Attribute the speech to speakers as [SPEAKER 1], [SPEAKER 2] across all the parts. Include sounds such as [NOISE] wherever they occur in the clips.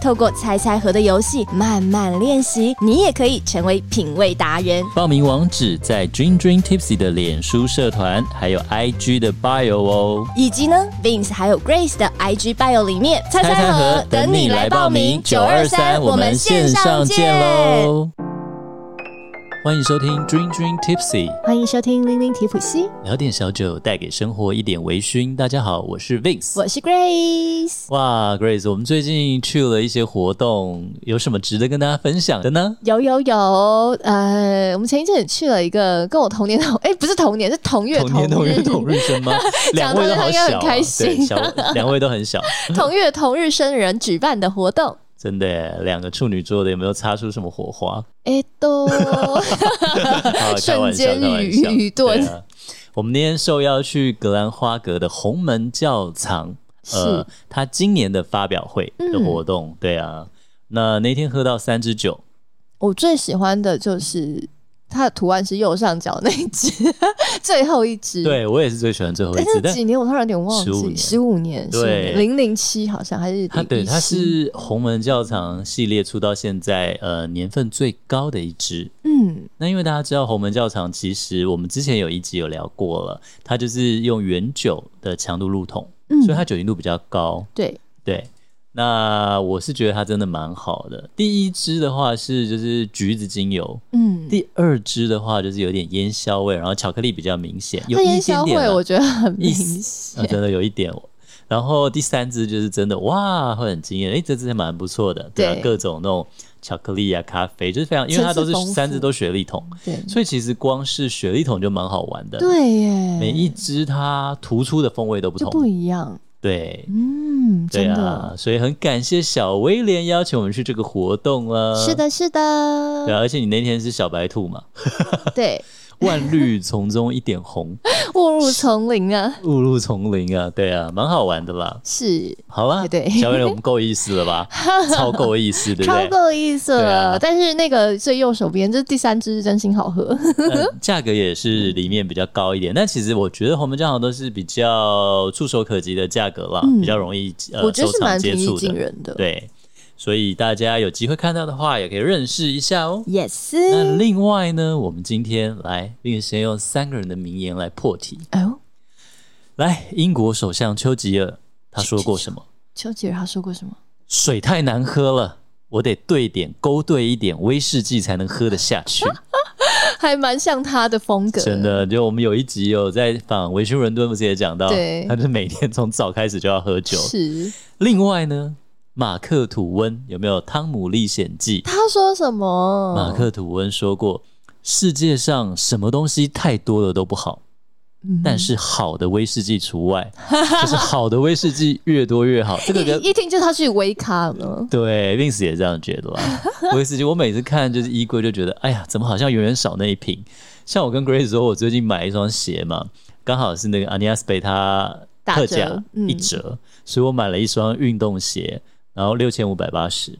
[SPEAKER 1] 透过猜猜盒的游戏慢慢练习，你也可以成为品味达人。
[SPEAKER 2] 报名网址在 Dream Dream Tipsy 的脸书社团，还有 IG 的 bio 哦。
[SPEAKER 1] 以及呢，Vince 还有 Grace 的 IG bio 里面，猜
[SPEAKER 2] 猜猜盒等你来报名，九二三我们线上见！喽！欢迎收听 Dream Dream Tipsy，
[SPEAKER 1] 欢迎收听《零零提普西》，
[SPEAKER 2] 聊点小酒，带给生活一点微醺。大家好，我是 Vince。
[SPEAKER 1] 我是 Grace。
[SPEAKER 2] 哇，Grace，我们最近去了一些活动，有什么值得跟大家分享的呢？
[SPEAKER 1] 有有有，呃，我们前一阵子去了一个跟我同年同，哎、 [LAUGHS] 不是同年，是同月
[SPEAKER 2] 同年同
[SPEAKER 1] 日
[SPEAKER 2] 月同日生吗？两位都好
[SPEAKER 1] 讲得他应该
[SPEAKER 2] 小、啊
[SPEAKER 1] 很开心
[SPEAKER 2] 对，小两位都很小，
[SPEAKER 1] [LAUGHS] 同月同日生人举办的活动。
[SPEAKER 2] 真的耶，两个处女座的有没有擦出什么火花？
[SPEAKER 1] 哎，
[SPEAKER 2] [LAUGHS]
[SPEAKER 1] 都
[SPEAKER 2] 啊开玩笑
[SPEAKER 1] 瞬间
[SPEAKER 2] 开玩笑
[SPEAKER 1] 语语顿
[SPEAKER 2] 对啊我们今天受邀去格兰花格的鸿门教堂，呃，他今年的发表会的
[SPEAKER 1] 嗯
[SPEAKER 2] 活动，对啊，那那天喝到三支酒，
[SPEAKER 1] 我最喜欢的就是它的图案是右上角那一只， [LAUGHS] 最后一只。，
[SPEAKER 2] 对我也是最喜欢最后一
[SPEAKER 1] 但
[SPEAKER 2] 支，
[SPEAKER 1] 是
[SPEAKER 2] 但
[SPEAKER 1] 几年我突然有点忘
[SPEAKER 2] 15
[SPEAKER 1] 记，
[SPEAKER 2] 年
[SPEAKER 1] 十五年，
[SPEAKER 2] 对
[SPEAKER 1] 零零七好像还是
[SPEAKER 2] 它对
[SPEAKER 1] 017
[SPEAKER 2] 它是鸿门教堂系列出到现在呃年份最高的一支，
[SPEAKER 1] 嗯
[SPEAKER 2] 那因为大家知道鸿门教堂，其实我们之前有一集有聊过了，它就是用原酒的强度入桶，所以
[SPEAKER 1] 嗯，
[SPEAKER 2] 它酒精度比较高。
[SPEAKER 1] 对，
[SPEAKER 2] 对，那我是觉得它真的蛮好的。第一支的话是就是橘子精油，
[SPEAKER 1] 嗯。
[SPEAKER 2] 第二支的话就是有点烟硝味，然后巧克力比较明显，有
[SPEAKER 1] 它
[SPEAKER 2] 一
[SPEAKER 1] 烟
[SPEAKER 2] 点
[SPEAKER 1] 消
[SPEAKER 2] 点
[SPEAKER 1] 会
[SPEAKER 2] 啦、
[SPEAKER 1] 我觉得很
[SPEAKER 2] 一
[SPEAKER 1] 明
[SPEAKER 2] 丝
[SPEAKER 1] 显
[SPEAKER 2] 啊，，真的有一点。然后第三支就是真的哇，会很惊艳，诶，这支还蛮不错的，对啊，
[SPEAKER 1] 对
[SPEAKER 2] 各种那种巧克力啊、咖啡，就是非常，因为它都是
[SPEAKER 1] 层次丰富
[SPEAKER 2] 三支都雪莉桶，
[SPEAKER 1] 对
[SPEAKER 2] 所以其实光是雪莉桶就蛮好玩的。，
[SPEAKER 1] 对耶，
[SPEAKER 2] 每一支它突出的风味都不
[SPEAKER 1] 就
[SPEAKER 2] 同。
[SPEAKER 1] 不一样，
[SPEAKER 2] 对，
[SPEAKER 1] 嗯，
[SPEAKER 2] 对
[SPEAKER 1] 真的，
[SPEAKER 2] 啊，所以很感谢小威廉邀请我们去这个活动啦。
[SPEAKER 1] 是。的，是的，
[SPEAKER 2] 呃对啊、而且你那天是小白兔嘛，
[SPEAKER 1] [LAUGHS] 对，
[SPEAKER 2] 万绿丛中一点红，
[SPEAKER 1] 误入丛林啊，
[SPEAKER 2] 误入丛林啊，对啊，蛮好玩的啦。
[SPEAKER 1] 是
[SPEAKER 2] 好啦，
[SPEAKER 1] 对
[SPEAKER 2] 小威廉，我们够意思了
[SPEAKER 1] [LAUGHS]
[SPEAKER 2] 吧？超够意思，对不
[SPEAKER 1] 超
[SPEAKER 2] [LAUGHS] 对？
[SPEAKER 1] 够意思
[SPEAKER 2] 对
[SPEAKER 1] 了。
[SPEAKER 2] 啊
[SPEAKER 1] 但是那个最右手边，这第三支是真心好喝，
[SPEAKER 2] 呃价格也是里面比较高一点，但其实我觉得红门酱好都是比较触手可及的价格啦，
[SPEAKER 1] 嗯
[SPEAKER 2] 比较容易呃
[SPEAKER 1] [LAUGHS] 我觉得是
[SPEAKER 2] 收藏
[SPEAKER 1] 蛮
[SPEAKER 2] 接
[SPEAKER 1] 平易
[SPEAKER 2] 触
[SPEAKER 1] 近
[SPEAKER 2] 的。
[SPEAKER 1] 人的。
[SPEAKER 2] 对，所以大家有机会看到的话，也可以认识一下哦。那
[SPEAKER 1] ，yes，
[SPEAKER 2] 另外呢，我们今天来，并先用三个人的名言来破题。
[SPEAKER 1] 哎呦，
[SPEAKER 2] 来，英国首相丘吉尔他说过什么？
[SPEAKER 1] 丘吉尔他说过
[SPEAKER 2] [LAUGHS]
[SPEAKER 1] 什么？
[SPEAKER 2] 水太难喝了，我得兑点勾兑一点威士忌才能喝得下去。
[SPEAKER 1] 还蛮像他的风格，
[SPEAKER 2] 真。的，就我们有一集有在访维修伦敦，不是也讲到
[SPEAKER 1] 对，
[SPEAKER 2] 他就每天从早开始就要喝酒。
[SPEAKER 1] 是
[SPEAKER 2] 另外呢，马克吐温有没有《汤姆历险记》？
[SPEAKER 1] 他说什么？
[SPEAKER 2] 马克吐温说过，世界上什么东西太多了都不好，
[SPEAKER 1] 嗯，
[SPEAKER 2] 但是好的威士忌除外， [LAUGHS] 就是好的威士忌越多越好。这个跟
[SPEAKER 1] [LAUGHS] 一一听就是他去维卡了。
[SPEAKER 2] 对 Vince 也这样觉得啦。 [LAUGHS] 威士忌，我每次看就是衣柜就觉得，哎呀，怎么好像远远少那一瓶？像我跟 Grace 说，我最近买一双鞋嘛，刚好是那个 Anias 被它
[SPEAKER 1] 打
[SPEAKER 2] 特
[SPEAKER 1] 折
[SPEAKER 2] 价
[SPEAKER 1] 嗯
[SPEAKER 2] 一折，所以我买了一双运动鞋，然后六千五百八十，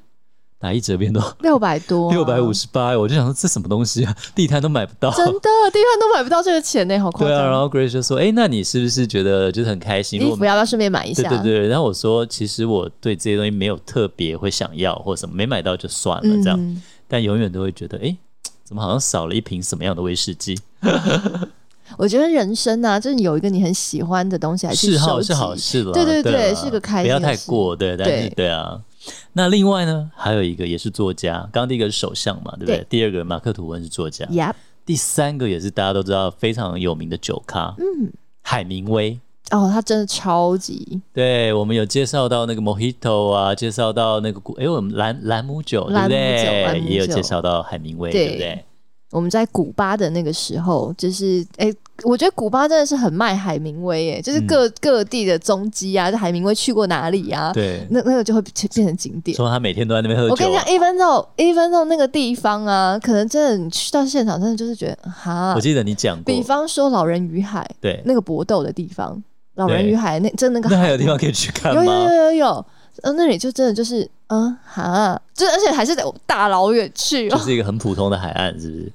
[SPEAKER 2] 打一折变到
[SPEAKER 1] 六百多、啊
[SPEAKER 2] 六百五
[SPEAKER 1] 十，
[SPEAKER 2] 十八，我就想说这什么东西啊，地摊都买不到。
[SPEAKER 1] 真的，地方都买不到这个钱呢、好夸
[SPEAKER 2] [LAUGHS] 对啊，然
[SPEAKER 1] 张。
[SPEAKER 2] 后 Grace 就说：“哎、那你是不是觉得就是很开心？如
[SPEAKER 1] 衣
[SPEAKER 2] 果
[SPEAKER 1] 服要不要顺便买一
[SPEAKER 2] 对
[SPEAKER 1] 下？
[SPEAKER 2] 对对，然后我说，其实我对这些东西没有特别会想要或什么，没买到就算了这样，
[SPEAKER 1] 嗯
[SPEAKER 2] 但永远都会觉得，哎，怎么好像少了一瓶什么样的威士忌？
[SPEAKER 1] 我觉得人生啊，就是有一个你很喜欢的东西来去
[SPEAKER 2] 嗜好
[SPEAKER 1] 收
[SPEAKER 2] 是
[SPEAKER 1] 集，
[SPEAKER 2] 好事了，
[SPEAKER 1] 对对
[SPEAKER 2] 对
[SPEAKER 1] 对
[SPEAKER 2] 啦
[SPEAKER 1] 是个开
[SPEAKER 2] 不要
[SPEAKER 1] 心的
[SPEAKER 2] 太
[SPEAKER 1] 事
[SPEAKER 2] 过，对，但是
[SPEAKER 1] 对
[SPEAKER 2] 对啊。那另外呢，还有一个也是作家，刚刚第一个是首相嘛，对不对？
[SPEAKER 1] 对
[SPEAKER 2] 第二个马克吐温是作家，
[SPEAKER 1] Yep，
[SPEAKER 2] 第三个也是大家都知道非常有名的酒咖，嗯，海明威。
[SPEAKER 1] 哦，他真的超级
[SPEAKER 2] 对，我们有介绍到那个 Mojito 啊，介绍到那个古，哎，我们蓝蓝姆酒，对不
[SPEAKER 1] 兰姆酒兰
[SPEAKER 2] 对？
[SPEAKER 1] 姆
[SPEAKER 2] 也有
[SPEAKER 1] 酒
[SPEAKER 2] 介绍到海明威，对不
[SPEAKER 1] 对
[SPEAKER 2] 对？
[SPEAKER 1] 我们在古巴的那个时候，就是哎、我觉得古巴真的是很卖海明威，哎，就是
[SPEAKER 2] 嗯
[SPEAKER 1] 各、各地的踪迹啊，就海明威去过哪里啊，
[SPEAKER 2] 对，
[SPEAKER 1] 那那个就会变变成景点。
[SPEAKER 2] 说他每天都在那边喝酒、啊
[SPEAKER 1] 我跟你讲，even though even though 那个地方啊，可能真的你去到现场，真的就是觉得哈
[SPEAKER 2] 我，记得你讲过
[SPEAKER 1] 比，方说老人与海
[SPEAKER 2] 对，
[SPEAKER 1] 那个搏斗的地方，老人
[SPEAKER 2] 对
[SPEAKER 1] 与海那真的那个
[SPEAKER 2] 那
[SPEAKER 1] 海
[SPEAKER 2] 还有地方可以去看
[SPEAKER 1] 有有有
[SPEAKER 2] 吗？
[SPEAKER 1] 有有，呃，那里就真的就是，嗯哈，就而且还是得大老远去
[SPEAKER 2] 就
[SPEAKER 1] 哦，
[SPEAKER 2] 是一个很普通的海岸，是不是？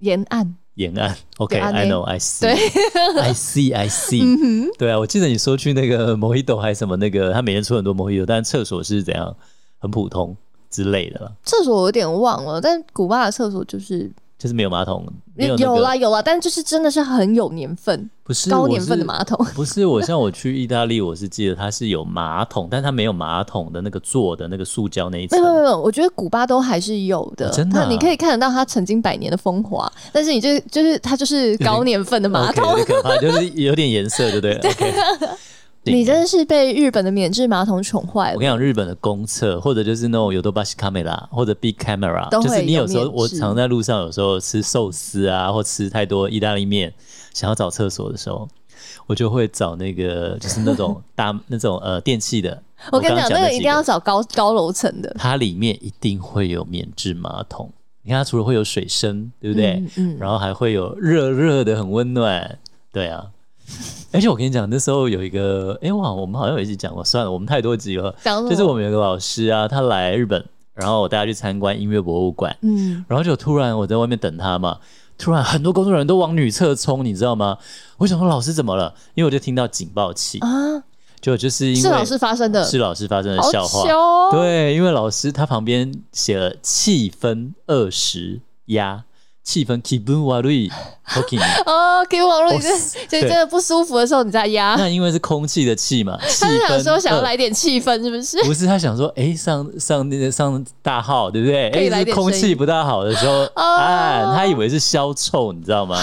[SPEAKER 1] 沿岸。
[SPEAKER 2] 沿岸
[SPEAKER 1] 对安内
[SPEAKER 2] ，OK，I know，I see，
[SPEAKER 1] 对
[SPEAKER 2] [LAUGHS]
[SPEAKER 1] 嗯
[SPEAKER 2] i see，I see，对啊，我记得你说去那个 Mojito 还是什么那个，他每天出很多 Mojito，但厕所是怎样，很普通之类的啦，
[SPEAKER 1] 厕所我有点忘了，但古巴的厕所就是
[SPEAKER 2] 就是没有马桶，没有、那
[SPEAKER 1] 有
[SPEAKER 2] 个
[SPEAKER 1] 啦有啦，但就是真的是很有年份、
[SPEAKER 2] 不是
[SPEAKER 1] 高
[SPEAKER 2] 我
[SPEAKER 1] 年份的
[SPEAKER 2] 是
[SPEAKER 1] 马桶。
[SPEAKER 2] [LAUGHS] 不是我，像我去意大利，我是记得它是有马桶，但它没有马桶的那个坐的那个塑胶那一
[SPEAKER 1] [LAUGHS] 没
[SPEAKER 2] 层
[SPEAKER 1] 有没。有没有，我觉得古巴都还是有的，
[SPEAKER 2] 哦真的啊
[SPEAKER 1] 它你可以看得到它曾经百年的风华，但是你就就是它就是高年份的马
[SPEAKER 2] [LAUGHS] OK，有
[SPEAKER 1] 桶。
[SPEAKER 2] 点可怕，就是有点颜色，对不对了？OK，
[SPEAKER 1] [LAUGHS] 你真的是被日本的免治马桶宠坏
[SPEAKER 2] 我
[SPEAKER 1] 了
[SPEAKER 2] 跟，你讲，日本的公厕或者就是那种有多巴西卡美拉或者 big camera，
[SPEAKER 1] 都会
[SPEAKER 2] 就是你有时候
[SPEAKER 1] 有面
[SPEAKER 2] 我
[SPEAKER 1] 试
[SPEAKER 2] 常在路上，有时候吃寿司啊，或吃太多意大利面，想要找厕所的时候，我就会找那个就是那种大 [LAUGHS] 那种呃电器的。
[SPEAKER 1] 我跟你
[SPEAKER 2] 刚
[SPEAKER 1] 讲，
[SPEAKER 2] 刚
[SPEAKER 1] 那个
[SPEAKER 2] 几
[SPEAKER 1] 一定要找高高楼层的，
[SPEAKER 2] 它里面一定会有免治马桶。你看，它除了会有水声，对不对？
[SPEAKER 1] 嗯嗯
[SPEAKER 2] 然后还会有热热的，很温暖。对啊，而且我跟你讲，那时候有一个，哎，哇，我们好像有一集讲过，算了，我们太多集了。
[SPEAKER 1] 讲
[SPEAKER 2] 就是
[SPEAKER 1] 什么
[SPEAKER 2] 我们有个老师啊，他来日本，然后我带他去参观音乐博物馆，
[SPEAKER 1] 嗯，
[SPEAKER 2] 然后就突然我在外面等他嘛，突然很多工作人员都往女厕冲，你知道吗？我想说老师怎么了？因为我就听到警报器，
[SPEAKER 1] 啊，
[SPEAKER 2] 就就是因为
[SPEAKER 1] 是老师发生的，
[SPEAKER 2] 是老师发生的
[SPEAKER 1] 好
[SPEAKER 2] 笑话，
[SPEAKER 1] 糗哦
[SPEAKER 2] 对，因为老师他旁边写了气氛二十压，气氛 kibun w a r i talking。
[SPEAKER 1] [LAUGHS] 哦，给网络，
[SPEAKER 2] 哦
[SPEAKER 1] 你这
[SPEAKER 2] 是
[SPEAKER 1] 就
[SPEAKER 2] 对
[SPEAKER 1] 真的不舒服的时候你再压。
[SPEAKER 2] 那因为是空气的气嘛，气
[SPEAKER 1] [LAUGHS] 他是想
[SPEAKER 2] 氛
[SPEAKER 1] 说想要
[SPEAKER 2] 二
[SPEAKER 1] 来点气氛，是不是？
[SPEAKER 2] 不是他想说，哎、上上那个上大号，对不对？
[SPEAKER 1] 可以
[SPEAKER 2] 哎、
[SPEAKER 1] 来
[SPEAKER 2] 是
[SPEAKER 1] 点
[SPEAKER 2] 空
[SPEAKER 1] 声
[SPEAKER 2] 气
[SPEAKER 1] 音
[SPEAKER 2] 不大好的时候，
[SPEAKER 1] 哦
[SPEAKER 2] 啊，他以为是消臭，你知道吗？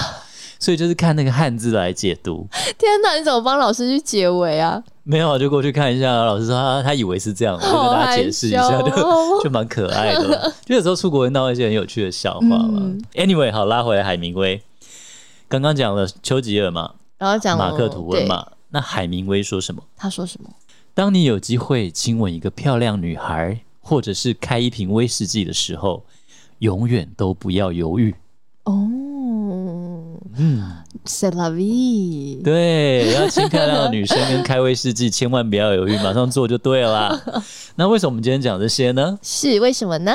[SPEAKER 2] 所以就是看那个汉字来解读，
[SPEAKER 1] 天哪，你怎么帮老师去解围啊？
[SPEAKER 2] 没有就过去看一下。老师说啊他他以为是这样，我就
[SPEAKER 1] 好哦
[SPEAKER 2] 跟大家
[SPEAKER 1] 害
[SPEAKER 2] 解释一下，
[SPEAKER 1] 羞
[SPEAKER 2] [LAUGHS] 就就蛮可爱的
[SPEAKER 1] [LAUGHS]
[SPEAKER 2] 啦。就有时候出国会闹一些很有趣的笑话嘛。
[SPEAKER 1] 嗯
[SPEAKER 2] anyway，好，拉回来海明威，刚刚讲了丘吉尔嘛，
[SPEAKER 1] 然后讲
[SPEAKER 2] 马克吐温
[SPEAKER 1] 对，
[SPEAKER 2] 嘛，那海明威说什么？
[SPEAKER 1] 他说什么？
[SPEAKER 2] 当你有机会亲吻一个漂亮女孩，或者是开一瓶威士忌的时候，永远都不要犹豫。
[SPEAKER 1] 哦
[SPEAKER 2] 嗯，
[SPEAKER 1] ，C'est la vie。
[SPEAKER 2] 对，要亲漂亮的女生跟开威士忌，千万不要犹豫，马上做就对
[SPEAKER 1] [LAUGHS]
[SPEAKER 2] 啦。那为什么我们今天讲这些呢？
[SPEAKER 1] 是为什么呢？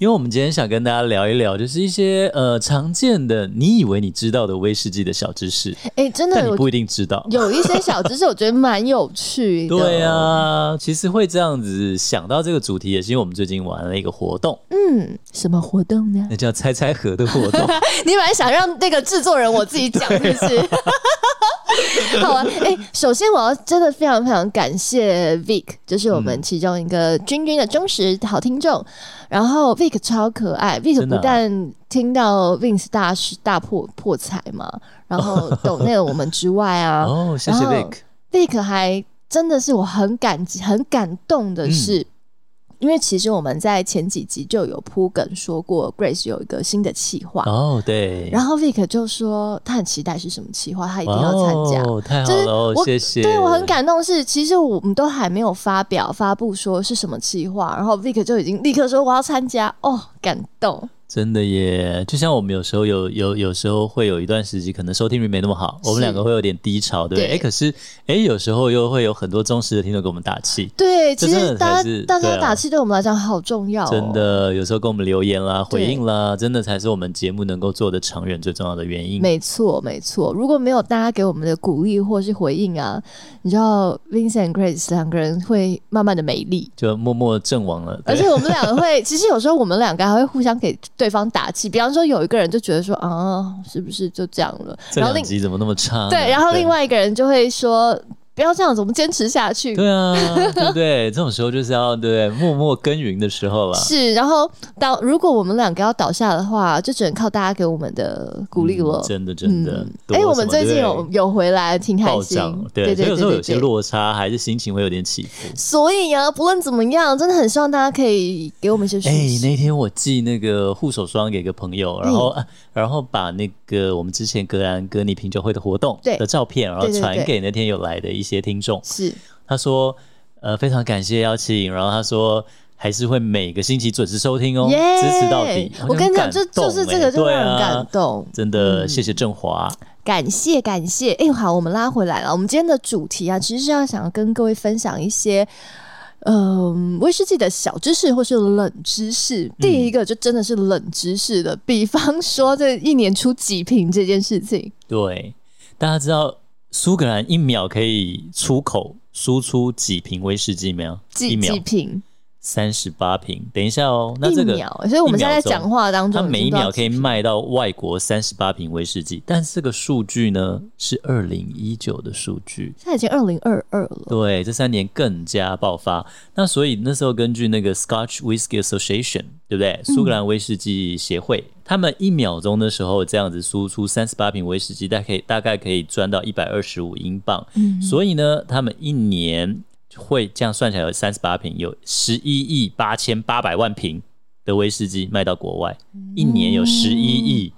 [SPEAKER 2] 因为我们今天想跟大家聊一聊，就是一些呃常见的你以为你知道的威士忌的小知识，
[SPEAKER 1] 哎，真
[SPEAKER 2] 但
[SPEAKER 1] 的
[SPEAKER 2] 你
[SPEAKER 1] 有
[SPEAKER 2] 不一定知道。
[SPEAKER 1] 有一些小知识，我觉得蛮有趣的。
[SPEAKER 2] 对，啊，其实会这样子想到这个主题，也是因为我们最近玩了一个活动，
[SPEAKER 1] 嗯，什么活动呢？
[SPEAKER 2] 那叫猜猜盒的
[SPEAKER 1] [LAUGHS]
[SPEAKER 2] 活动。哦
[SPEAKER 1] 你本来想让那个制作人我自己讲，是不是？ [LAUGHS] 好啊，哎、首先我要真的非常非常感谢 Vic，就是我
[SPEAKER 2] 嗯
[SPEAKER 1] 们其中一个君君的忠实好听众。然后 Vic 超可爱，Vic
[SPEAKER 2] 真的
[SPEAKER 1] 不
[SPEAKER 2] 啊
[SPEAKER 1] 但听到 Vince 大师大破破财嘛，然后懂那个我们之外啊、 [LAUGHS]
[SPEAKER 2] 哦，谢谢
[SPEAKER 1] 然后
[SPEAKER 2] Vic。
[SPEAKER 1] v i c 还真的是我很感激、很感动
[SPEAKER 2] 嗯
[SPEAKER 1] 的是。因为其实我们在前几集就有铺梗说过，Grace 有一个新的企划，
[SPEAKER 2] 哦，对，
[SPEAKER 1] 然后 Vic 就说他很期待是什么企划，他一定要参加。
[SPEAKER 2] 哦，太好
[SPEAKER 1] 就是
[SPEAKER 2] 了哦，
[SPEAKER 1] 我
[SPEAKER 2] 谢谢。
[SPEAKER 1] 对我很感动是，其实我们都还没有发表发布说是什么企划，然后 Vic 就已经立刻说我要参加，哦，感动，
[SPEAKER 2] 真的耶。就像我们有时候有有有时候会有一段时期，可能收听率没那么好，我们两个会有点低潮，对不对？
[SPEAKER 1] 对
[SPEAKER 2] 哎，可是哎，有时候又会有很多忠实的听众给我们打气。
[SPEAKER 1] 对，
[SPEAKER 2] 这
[SPEAKER 1] 其
[SPEAKER 2] 真
[SPEAKER 1] 实
[SPEAKER 2] 的
[SPEAKER 1] 大家
[SPEAKER 2] 才是
[SPEAKER 1] 大家
[SPEAKER 2] 对
[SPEAKER 1] 的
[SPEAKER 2] 啊
[SPEAKER 1] 打气对我们来讲好重要、哦，
[SPEAKER 2] 真。的，有时候给我们留言啦、
[SPEAKER 1] 对
[SPEAKER 2] 回应啦，真的才是我们节目能够做的长远最重要的原因。
[SPEAKER 1] 没错，没错。如果没有大家给我们的鼓励或是回应啊，你知道 Vincent、Grace 两个人会慢慢的没力，
[SPEAKER 2] 就默默阵亡了，
[SPEAKER 1] 而
[SPEAKER 2] 对
[SPEAKER 1] 且我们两个会， [LAUGHS] 其实有时候我们两个还会互相给对方打气。比方说，有一个人就觉得说啊，是不是就这样了？
[SPEAKER 2] [LAUGHS] 这
[SPEAKER 1] 然后
[SPEAKER 2] 两啊
[SPEAKER 1] 另
[SPEAKER 2] 集怎么那么差呢？
[SPEAKER 1] 对，然后另外一个人就会说，不要这样子，我们坚持下去。
[SPEAKER 2] 对啊，对不对？ [LAUGHS] 这种时候就是要对不对？默默耕耘的时候啦。
[SPEAKER 1] 是，然后当如果我们两个要倒下的话，就只能靠大家给我们的鼓励了。
[SPEAKER 2] 嗯真的真的。多
[SPEAKER 1] 哎、
[SPEAKER 2] 什么
[SPEAKER 1] 我们最近有
[SPEAKER 2] 对
[SPEAKER 1] 有回来，挺开
[SPEAKER 2] 暴
[SPEAKER 1] 心
[SPEAKER 2] 涨，。
[SPEAKER 1] 对
[SPEAKER 2] 所以
[SPEAKER 1] 对
[SPEAKER 2] 有时候有些
[SPEAKER 1] 对对。
[SPEAKER 2] 落差，还是心情会有点起伏。
[SPEAKER 1] 所以啊，不论怎么样，真的很希望大家可以给我们一些讯
[SPEAKER 2] 哎、
[SPEAKER 1] 息。
[SPEAKER 2] 那天我寄那个护手霜给一个朋友，
[SPEAKER 1] 嗯
[SPEAKER 2] 然后、啊然后把那个我们之前格兰哥尼品酒会的活动
[SPEAKER 1] 对
[SPEAKER 2] 的照片，然后
[SPEAKER 1] 对对
[SPEAKER 2] 传
[SPEAKER 1] 对
[SPEAKER 2] 给那天有来的一些听众。
[SPEAKER 1] 是
[SPEAKER 2] 他说，呃，非常感谢邀请，然后他说。还是会每个星期准时收听哦
[SPEAKER 1] 耶
[SPEAKER 2] 支持到底。
[SPEAKER 1] 我跟你讲，
[SPEAKER 2] 很感
[SPEAKER 1] 就
[SPEAKER 2] 动
[SPEAKER 1] 就是
[SPEAKER 2] 哎
[SPEAKER 1] 这个，就
[SPEAKER 2] 对
[SPEAKER 1] 让人感嗯
[SPEAKER 2] 啊，
[SPEAKER 1] 动。
[SPEAKER 2] 真的谢谢振华。
[SPEAKER 1] 感谢感谢，哎、好，我们拉回来了。我们今天的主题啊，其实是要想要跟各位分享一些，嗯、威士忌的小知识或是冷知
[SPEAKER 2] 嗯
[SPEAKER 1] 识。第一个就真的是冷知识的，比方说这一年出几瓶这件事情，
[SPEAKER 2] 对，大家知道苏格兰一秒可以出口输出几瓶威士忌没有？一
[SPEAKER 1] 几
[SPEAKER 2] 秒
[SPEAKER 1] 几瓶，
[SPEAKER 2] 三十八瓶。等一下哦，那这
[SPEAKER 1] 一
[SPEAKER 2] 个
[SPEAKER 1] 秒。所以我们现在在
[SPEAKER 2] 一秒钟
[SPEAKER 1] 讲话当
[SPEAKER 2] 它
[SPEAKER 1] 中，
[SPEAKER 2] 每一秒可
[SPEAKER 1] 以
[SPEAKER 2] 以卖到外国三十八瓶威士忌，但这个数据呢是二零一九的数据。
[SPEAKER 1] 现在已经二零二二了。
[SPEAKER 2] 对，这三年更加爆发。那所以那时候根据那个 Scotch Whisky Association，对不对？苏格
[SPEAKER 1] 嗯
[SPEAKER 2] 兰威士忌协会，他们一秒钟的时候这样子输出三十八瓶威士忌，大概可以大概可以赚到一百二十五英镑。
[SPEAKER 1] 嗯
[SPEAKER 2] 所以呢，他们一年会这样算起来有三十八瓶，有十一亿八千八百万瓶的威士忌卖到国外，一年有十一
[SPEAKER 1] 嗯
[SPEAKER 2] 亿。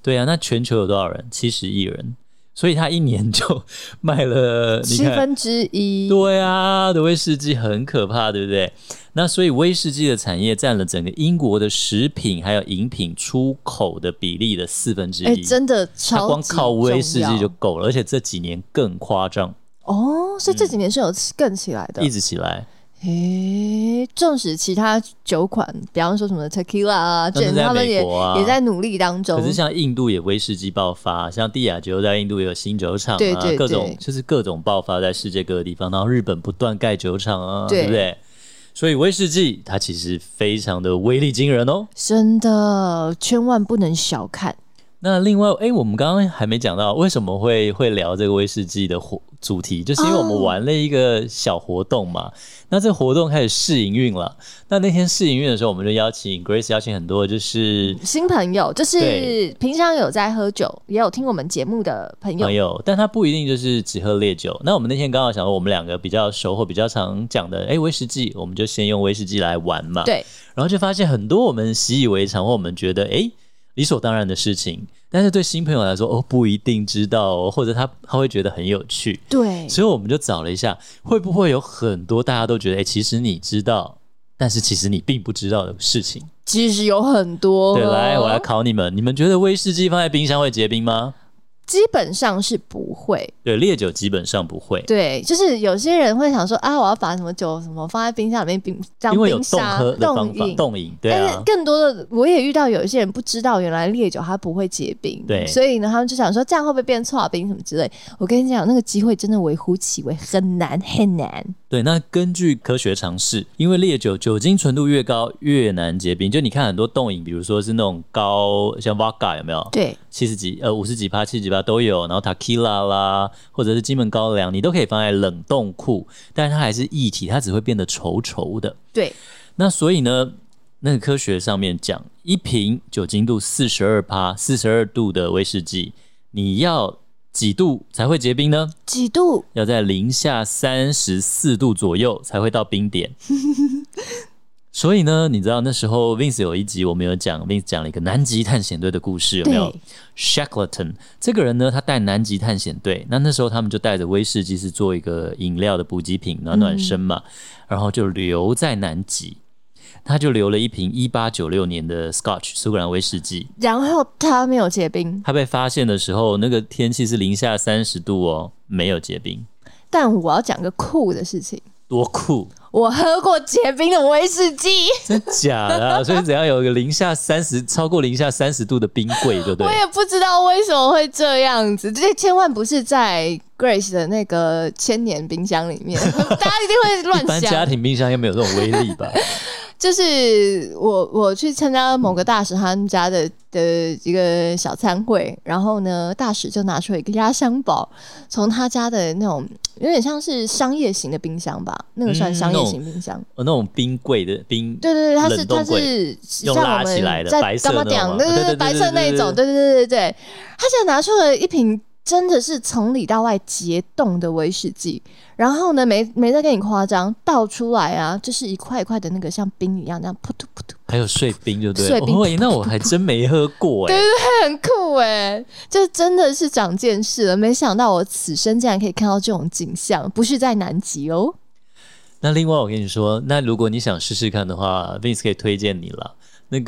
[SPEAKER 2] 对啊，那全球有多少人？七十亿人。所以他一年就 [LAUGHS] 卖了，你
[SPEAKER 1] 七
[SPEAKER 2] 看
[SPEAKER 1] 分之一，
[SPEAKER 2] 对啊，的威士忌很可怕，对不对？那所以威士忌的产业占了整个英国的食品还有饮品出口的比例的四分之
[SPEAKER 1] 哎、
[SPEAKER 2] 一。
[SPEAKER 1] 真的
[SPEAKER 2] 它
[SPEAKER 1] 超
[SPEAKER 2] 光
[SPEAKER 1] 级
[SPEAKER 2] 靠威士
[SPEAKER 1] 重
[SPEAKER 2] 忌
[SPEAKER 1] 要
[SPEAKER 2] 就够了，而且这几年更夸张，
[SPEAKER 1] 哦，所以这几年是有更起来的，
[SPEAKER 2] 嗯一直起来。
[SPEAKER 1] 诶，纵使其他酒款，比方说什么 tequila 啊，
[SPEAKER 2] 那
[SPEAKER 1] 卷
[SPEAKER 2] 在
[SPEAKER 1] 他们
[SPEAKER 2] 美
[SPEAKER 1] 也
[SPEAKER 2] 国啊
[SPEAKER 1] 也在努力当中
[SPEAKER 2] 可。是像印度也威士忌爆发，像蒂亚吉欧在印度也有新酒厂啊，
[SPEAKER 1] 对对
[SPEAKER 2] 各
[SPEAKER 1] 对
[SPEAKER 2] 种就是各种爆发在世界各个地方，然后日本不断盖酒厂啊，
[SPEAKER 1] 对
[SPEAKER 2] 对不对？所以威士忌它其实非常的威力惊人哦。
[SPEAKER 1] 真的，千万不能小看。
[SPEAKER 2] 那另外，哎、我们刚刚还没讲到为什么会会聊这个威士忌的活主题，就是因为我们
[SPEAKER 1] 哦
[SPEAKER 2] 玩了一个小活动嘛。那这活动开始试营运了。那那天试营运的时候，我们就邀请 Grace 邀请很多就是
[SPEAKER 1] 新朋友就是
[SPEAKER 2] 对
[SPEAKER 1] 平常有在喝酒，也有听我们节目的朋友
[SPEAKER 2] 朋，友，但他不一定就是只喝烈酒。那我们那天刚好想说，我们两个比较熟或比较常讲的，哎、威士忌，我们就先用威士忌来玩嘛。
[SPEAKER 1] 对，
[SPEAKER 2] 然后就发现很多我们习以为常或我们觉得诶理所当然的事情，但是对新朋友来说哦不一定知道哦，或者他他会觉得很有趣，
[SPEAKER 1] 对，
[SPEAKER 2] 所以我们就找了一下，会不会有很多大家都觉得诶哎其实你知道，但是其实你并不知道的事情。
[SPEAKER 1] 其实有很多。
[SPEAKER 2] 对，来我来，考你们，你们觉得威士忌放在冰箱会结冰吗？
[SPEAKER 1] 基本上是不会。
[SPEAKER 2] 对，烈酒基本上不会。
[SPEAKER 1] 对，就是有些人会想说啊，我要把什么酒什么放在冰箱里面冰，当
[SPEAKER 2] 因为有
[SPEAKER 1] 冰
[SPEAKER 2] 冻
[SPEAKER 1] 沙
[SPEAKER 2] 喝的方法
[SPEAKER 1] 饮，
[SPEAKER 2] 冻饮，对
[SPEAKER 1] 但是
[SPEAKER 2] 啊，
[SPEAKER 1] 更多的，我也遇到有一些人不知道，原来烈酒它不会结冰，
[SPEAKER 2] 对
[SPEAKER 1] 所以呢，他们就想说这样会不会变错啊冰什么之类。我跟你讲，那个机会真的微乎其微，很难很难。
[SPEAKER 2] 对。那根据科学常识，因为烈酒酒精纯度越高越难结冰。就你看很多冻饮，比如说是那种高像 vodka 有没有？
[SPEAKER 1] 对，
[SPEAKER 2] 七十几呃五十几趴、七十几趴都有，然后 tequila 啦，或者是金门高粱，你都可以放在冷冻库，但是它还是液体，它只会变得稠稠的。
[SPEAKER 1] 对，
[SPEAKER 2] 那所以呢，那个科学上面讲，一瓶酒精度四十二趴、四十二度的威士忌，你要几度才会结冰呢？
[SPEAKER 1] 几度？
[SPEAKER 2] 要在零下三十四度左右才会到冰点。所以呢，你知道那时候 Vince 有一集我们有讲，Vince 讲了一个南极探险队的故事，有没有
[SPEAKER 1] 对
[SPEAKER 2] ？Shackleton 这个人呢，他带南极探险队，那那时候他们就带着威士忌是做一个饮料的补给品，暖暖身
[SPEAKER 1] 嗯
[SPEAKER 2] 嘛，然后就留在南极。他就留了一瓶一八九六年的 Scotch 苏格兰威士忌，
[SPEAKER 1] 然后它没有结冰，
[SPEAKER 2] 他被发现的时候，那个天气是零下三十度哦，没有结冰，
[SPEAKER 1] 但我要讲个酷的事情，
[SPEAKER 2] 多
[SPEAKER 1] [LAUGHS]
[SPEAKER 2] 酷！
[SPEAKER 1] 我喝过结冰的威士忌，
[SPEAKER 2] 真假的啊、所以只要有一个零下三十，超过零下三十度的冰柜，对不对
[SPEAKER 1] 我？也不知道为什么会这样子，这千万不是在 Grace 的那个千年冰箱里面，大家一定会 [LAUGHS]
[SPEAKER 2] 一般
[SPEAKER 1] 乱
[SPEAKER 2] 家
[SPEAKER 1] 想。啊 [LAUGHS]
[SPEAKER 2] 庭冰箱应该没有这种威力吧？
[SPEAKER 1] 就是我我去参加某个大使他们家的的一个小餐会，然后呢，大使就拿出了一个压箱宝，从他家的那种有点像是商业型的冰箱吧，那个算
[SPEAKER 2] 嗯
[SPEAKER 1] 商业
[SPEAKER 2] 那种
[SPEAKER 1] 型冰箱。
[SPEAKER 2] 哦，那种冰柜的冰，
[SPEAKER 1] 对对对，它是
[SPEAKER 2] 冷
[SPEAKER 1] 它
[SPEAKER 2] 冻柜
[SPEAKER 1] 是像
[SPEAKER 2] 用
[SPEAKER 1] 我
[SPEAKER 2] 拉起来
[SPEAKER 1] 们
[SPEAKER 2] 的
[SPEAKER 1] 在
[SPEAKER 2] 白色
[SPEAKER 1] 干嘛
[SPEAKER 2] 那种
[SPEAKER 1] 讲
[SPEAKER 2] 吗
[SPEAKER 1] 对
[SPEAKER 2] 对对
[SPEAKER 1] 对，
[SPEAKER 2] 对
[SPEAKER 1] 白色那一种，对对
[SPEAKER 2] 对
[SPEAKER 1] 对对对，他现在拿出了一瓶真的是从里到外结冻的威士忌，然后呢没没在跟你夸张，倒出来啊，就是一块一块的那个像冰一样那样扑突扑突，
[SPEAKER 2] 还有碎冰，对不对？
[SPEAKER 1] 碎冰
[SPEAKER 2] 哦，那我还真没喝
[SPEAKER 1] [LAUGHS]
[SPEAKER 2] 过哎、
[SPEAKER 1] 很酷哎、这真的是长见识了，没想到我此生竟然可以看到这种景象，不是在南极哦。
[SPEAKER 2] 那另外我跟你说，那如果你想试试看的话，Vince 可以推荐你了。那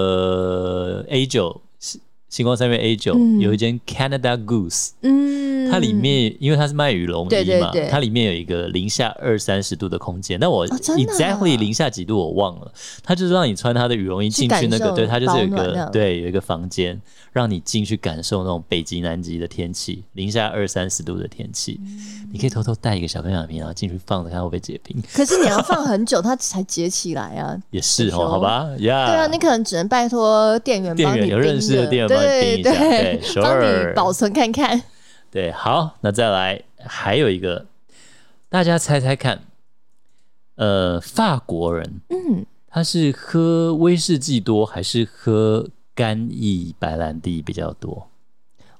[SPEAKER 2] 个 A 九星星光三月 A 九、
[SPEAKER 1] 嗯
[SPEAKER 2] 有一间 Canada Goose，
[SPEAKER 1] 嗯，
[SPEAKER 2] 它里面因为它是卖羽绒衣嘛，
[SPEAKER 1] 对对对
[SPEAKER 2] 它里面有一个零下二三十度的空间。那我、
[SPEAKER 1] 哦真的啊
[SPEAKER 2] exactly 零下几度我忘了，它就是让你穿它的羽绒衣进去那
[SPEAKER 1] 去感受
[SPEAKER 2] 个，对，它就是有一
[SPEAKER 1] 保暖那
[SPEAKER 2] 个
[SPEAKER 1] 样
[SPEAKER 2] 对有一个房间，让你进去感受那种北极、南极的天气，零下二三十度的天气，
[SPEAKER 1] 嗯
[SPEAKER 2] 你可以偷偷带一个小钢管瓶，然后进去放着看会不会结冰。
[SPEAKER 1] 可是你要放很 [LAUGHS] 久，它才结起来啊，
[SPEAKER 2] 也是
[SPEAKER 1] 有时候
[SPEAKER 2] 哦，好吧，呀，
[SPEAKER 1] 对啊，你可能只能拜托店员
[SPEAKER 2] 店
[SPEAKER 1] 帮
[SPEAKER 2] 员
[SPEAKER 1] 你
[SPEAKER 2] 有
[SPEAKER 1] 盯
[SPEAKER 2] 认识
[SPEAKER 1] 着
[SPEAKER 2] 的店员帮你
[SPEAKER 1] 对
[SPEAKER 2] 盯一下对
[SPEAKER 1] 对，
[SPEAKER 2] sure
[SPEAKER 1] [LAUGHS] 帮你保存看看。
[SPEAKER 2] 对，好，那再来还有一个，大家猜猜看，呃，法国人
[SPEAKER 1] 嗯，
[SPEAKER 2] 他是喝威士忌多还是喝干邑白兰地比较多？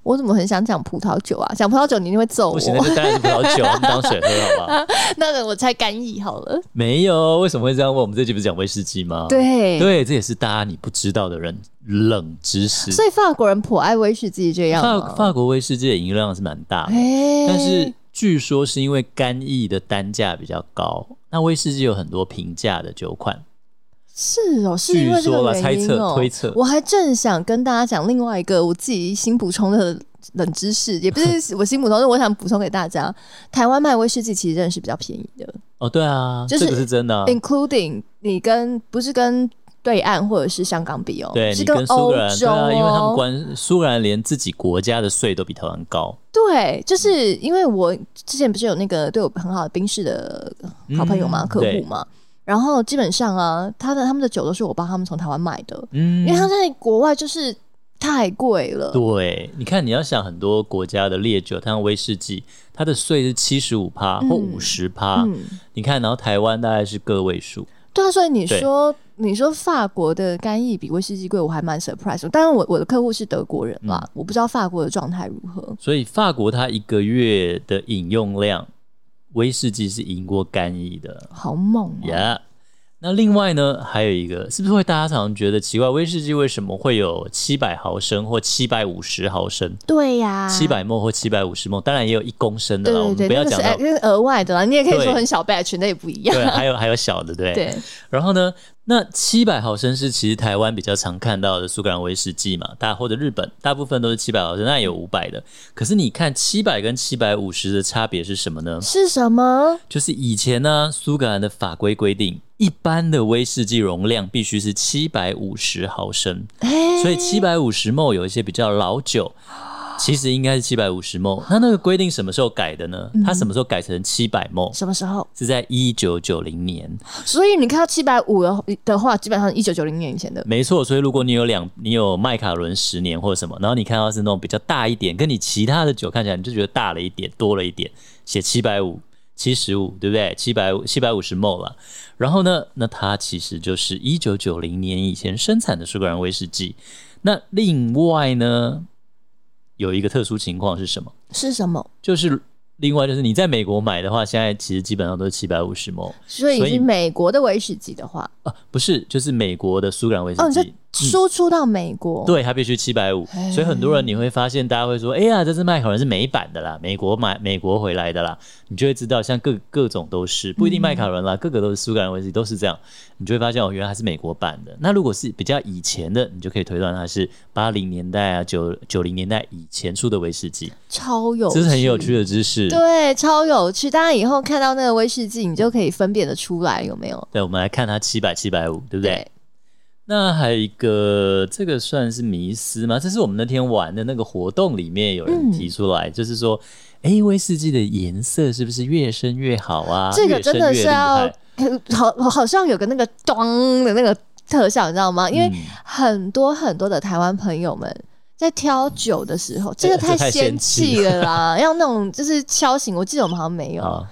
[SPEAKER 1] 我怎么很想讲葡萄酒啊？讲葡萄酒你一定会揍
[SPEAKER 2] 不
[SPEAKER 1] 我。
[SPEAKER 2] 行，那就当然是葡萄酒，你当水喝好吧？
[SPEAKER 1] [LAUGHS] 那个我猜干邑好了。
[SPEAKER 2] 没有，为什么会这样问？我们这集不是讲威士忌吗？，
[SPEAKER 1] 对，
[SPEAKER 2] 对，这也是大家你不知道的人冷知识。
[SPEAKER 1] 所以呃法国人颇爱威士忌这样啊
[SPEAKER 2] 法
[SPEAKER 1] 吗。
[SPEAKER 2] 法国威士忌的饮料量是蛮大的，
[SPEAKER 1] 哎，
[SPEAKER 2] 但是据说是因为干邑的单价比较高，那威士忌有很多平价的酒款，
[SPEAKER 1] 是哦，是因为这
[SPEAKER 2] 据说吧
[SPEAKER 1] 个
[SPEAKER 2] 猜
[SPEAKER 1] 原因
[SPEAKER 2] 测
[SPEAKER 1] 哦。
[SPEAKER 2] 推测
[SPEAKER 1] 我还正想跟大家讲另外一个我自己新补充的冷知识，也不
[SPEAKER 2] [LAUGHS]
[SPEAKER 1] 是我新补充，是我想补充给大家。台湾卖威士忌其实真的是比较便宜的。
[SPEAKER 2] 哦，对啊，
[SPEAKER 1] 就是
[SPEAKER 2] 这个是真的、啊。
[SPEAKER 1] including 你跟不是跟对岸或者是香港比哦，
[SPEAKER 2] 对
[SPEAKER 1] 是
[SPEAKER 2] 你跟苏
[SPEAKER 1] 欧
[SPEAKER 2] 格兰，对
[SPEAKER 1] 洲
[SPEAKER 2] 啊，因为他们
[SPEAKER 1] 哦。
[SPEAKER 2] 关苏格兰连自己国家的税都比台湾高。
[SPEAKER 1] 对，就是因为我之前不是有那个对我很好的宾士的好朋友嘛，
[SPEAKER 2] 嗯
[SPEAKER 1] 客户
[SPEAKER 2] 对
[SPEAKER 1] 嘛。然后基本上啊，他的他们的酒都是我帮他们从台湾买的，
[SPEAKER 2] 嗯
[SPEAKER 1] 因为他在国外就是太贵了。
[SPEAKER 2] 对，你看你要想很多国家的烈酒，像威士忌，它的税是七十五趴或
[SPEAKER 1] 嗯
[SPEAKER 2] 五十趴。
[SPEAKER 1] 嗯，
[SPEAKER 2] 你看，然后台湾大概是个位数。
[SPEAKER 1] 对啊，所以你
[SPEAKER 2] 对
[SPEAKER 1] 说你说法国的干邑比威士忌贵，我还蛮 surprise 的。当然我，我的客户是德国人啦，
[SPEAKER 2] 嗯
[SPEAKER 1] 我不知道法国的状态如何。
[SPEAKER 2] 所以法国它一个月的饮用量，威士忌是赢过干邑的。
[SPEAKER 1] 好猛、啊！
[SPEAKER 2] Yeah，那另外呢，还有一个，是不是会大家常常觉得奇怪，威士忌为什么会有七百毫升或七百五十毫升、
[SPEAKER 1] 对呀、
[SPEAKER 2] 七百沫或七百五十沫？当然也有一公升的
[SPEAKER 1] 对
[SPEAKER 2] 啦，我
[SPEAKER 1] 啊对对，
[SPEAKER 2] 们不要
[SPEAKER 1] 那个
[SPEAKER 2] 讲
[SPEAKER 1] 是
[SPEAKER 2] 到
[SPEAKER 1] 哎。那是额外的啦，你也可以说
[SPEAKER 2] 对
[SPEAKER 1] 很小 batch，那也不一样。
[SPEAKER 2] [LAUGHS] 对，啊还有还有小的，对。
[SPEAKER 1] 对，
[SPEAKER 2] 然后呢，那七百毫升是其实台湾比较常看到的苏格兰威士忌嘛，大或者日本大部分都是七百毫升，那也有五百的。可是你看七百跟七百五十的差别是什么
[SPEAKER 1] [LAUGHS]
[SPEAKER 2] 呢？
[SPEAKER 1] 是什么？
[SPEAKER 2] 就是以前呢，苏格兰的法规规定，一般的威士忌容量必须是七百五十毫升，
[SPEAKER 1] 哎，
[SPEAKER 2] 所以七百五十 ml 有一些比较老酒，其实应该是七百五十 ml。那那个规定什么时候改的呢？它什么时候改成七百 ml？
[SPEAKER 1] 什么时候？
[SPEAKER 2] 是在一九九零年，
[SPEAKER 1] 所以你看到七百五的的话，基本上一九九零年以前的。
[SPEAKER 2] 没错。所以如果你有两，你有麦卡伦十年或者什么，然后你看到是那种比较大一点，跟你其他的酒看起来你就觉得大了一点，多了一点，写七百五、七十五，对不对？七百五、七百五十 ml 了。然后呢，那它其实就是一九九零年以前生产的苏格兰威士忌。那另外呢，有一个特殊情况是什么？
[SPEAKER 1] 是什么？
[SPEAKER 2] 就是另外就是你在美国买的话，现在其实基本上都是七百五十 ml
[SPEAKER 1] 所以
[SPEAKER 2] 所以
[SPEAKER 1] 是美国的威士忌的话，
[SPEAKER 2] 啊，不是，就是美国的苏格兰威士
[SPEAKER 1] 哦，你就
[SPEAKER 2] 忌。嗯
[SPEAKER 1] 输出到美国。，
[SPEAKER 2] 对，它必须七百五，所以很多人你会发现，大家会说，哎呀，这支麦卡伦是美版的啦，美国买美国回来的啦，你就会知道，像各各种都是，不一定麦卡伦啦，各个都是苏格兰威士忌都是这样，你就会发现哦，原来它是美国版的。那如果是比较以前的，你就可以推断它是八零年代啊、九九零年代以前出的威士忌，
[SPEAKER 1] 超有，
[SPEAKER 2] 这是很有。趣的知识。
[SPEAKER 1] 哦对，超有趣。大家以后看到那个威士忌，你就可以分辨得出来有没有。
[SPEAKER 2] 对，我们来看它七百七百五，对不对？那还有一个，这个算是迷思吗？这是我们那天玩的那个活动里面有人提出来，就是说，哎、威士忌的颜色是不是越深越好啊？
[SPEAKER 1] 这个真的是
[SPEAKER 2] 越深越厉
[SPEAKER 1] 要
[SPEAKER 2] 害
[SPEAKER 1] 好好像有个那个咚的那个特效，你知道吗？因为
[SPEAKER 2] 嗯
[SPEAKER 1] 很多很多的台湾朋友们在挑酒的时候，这个
[SPEAKER 2] 哎这太
[SPEAKER 1] 仙
[SPEAKER 2] 仙
[SPEAKER 1] 气
[SPEAKER 2] 气
[SPEAKER 1] 了啦， [LAUGHS] 要那种就是敲醒，我记得我们好像没有，
[SPEAKER 2] 啊，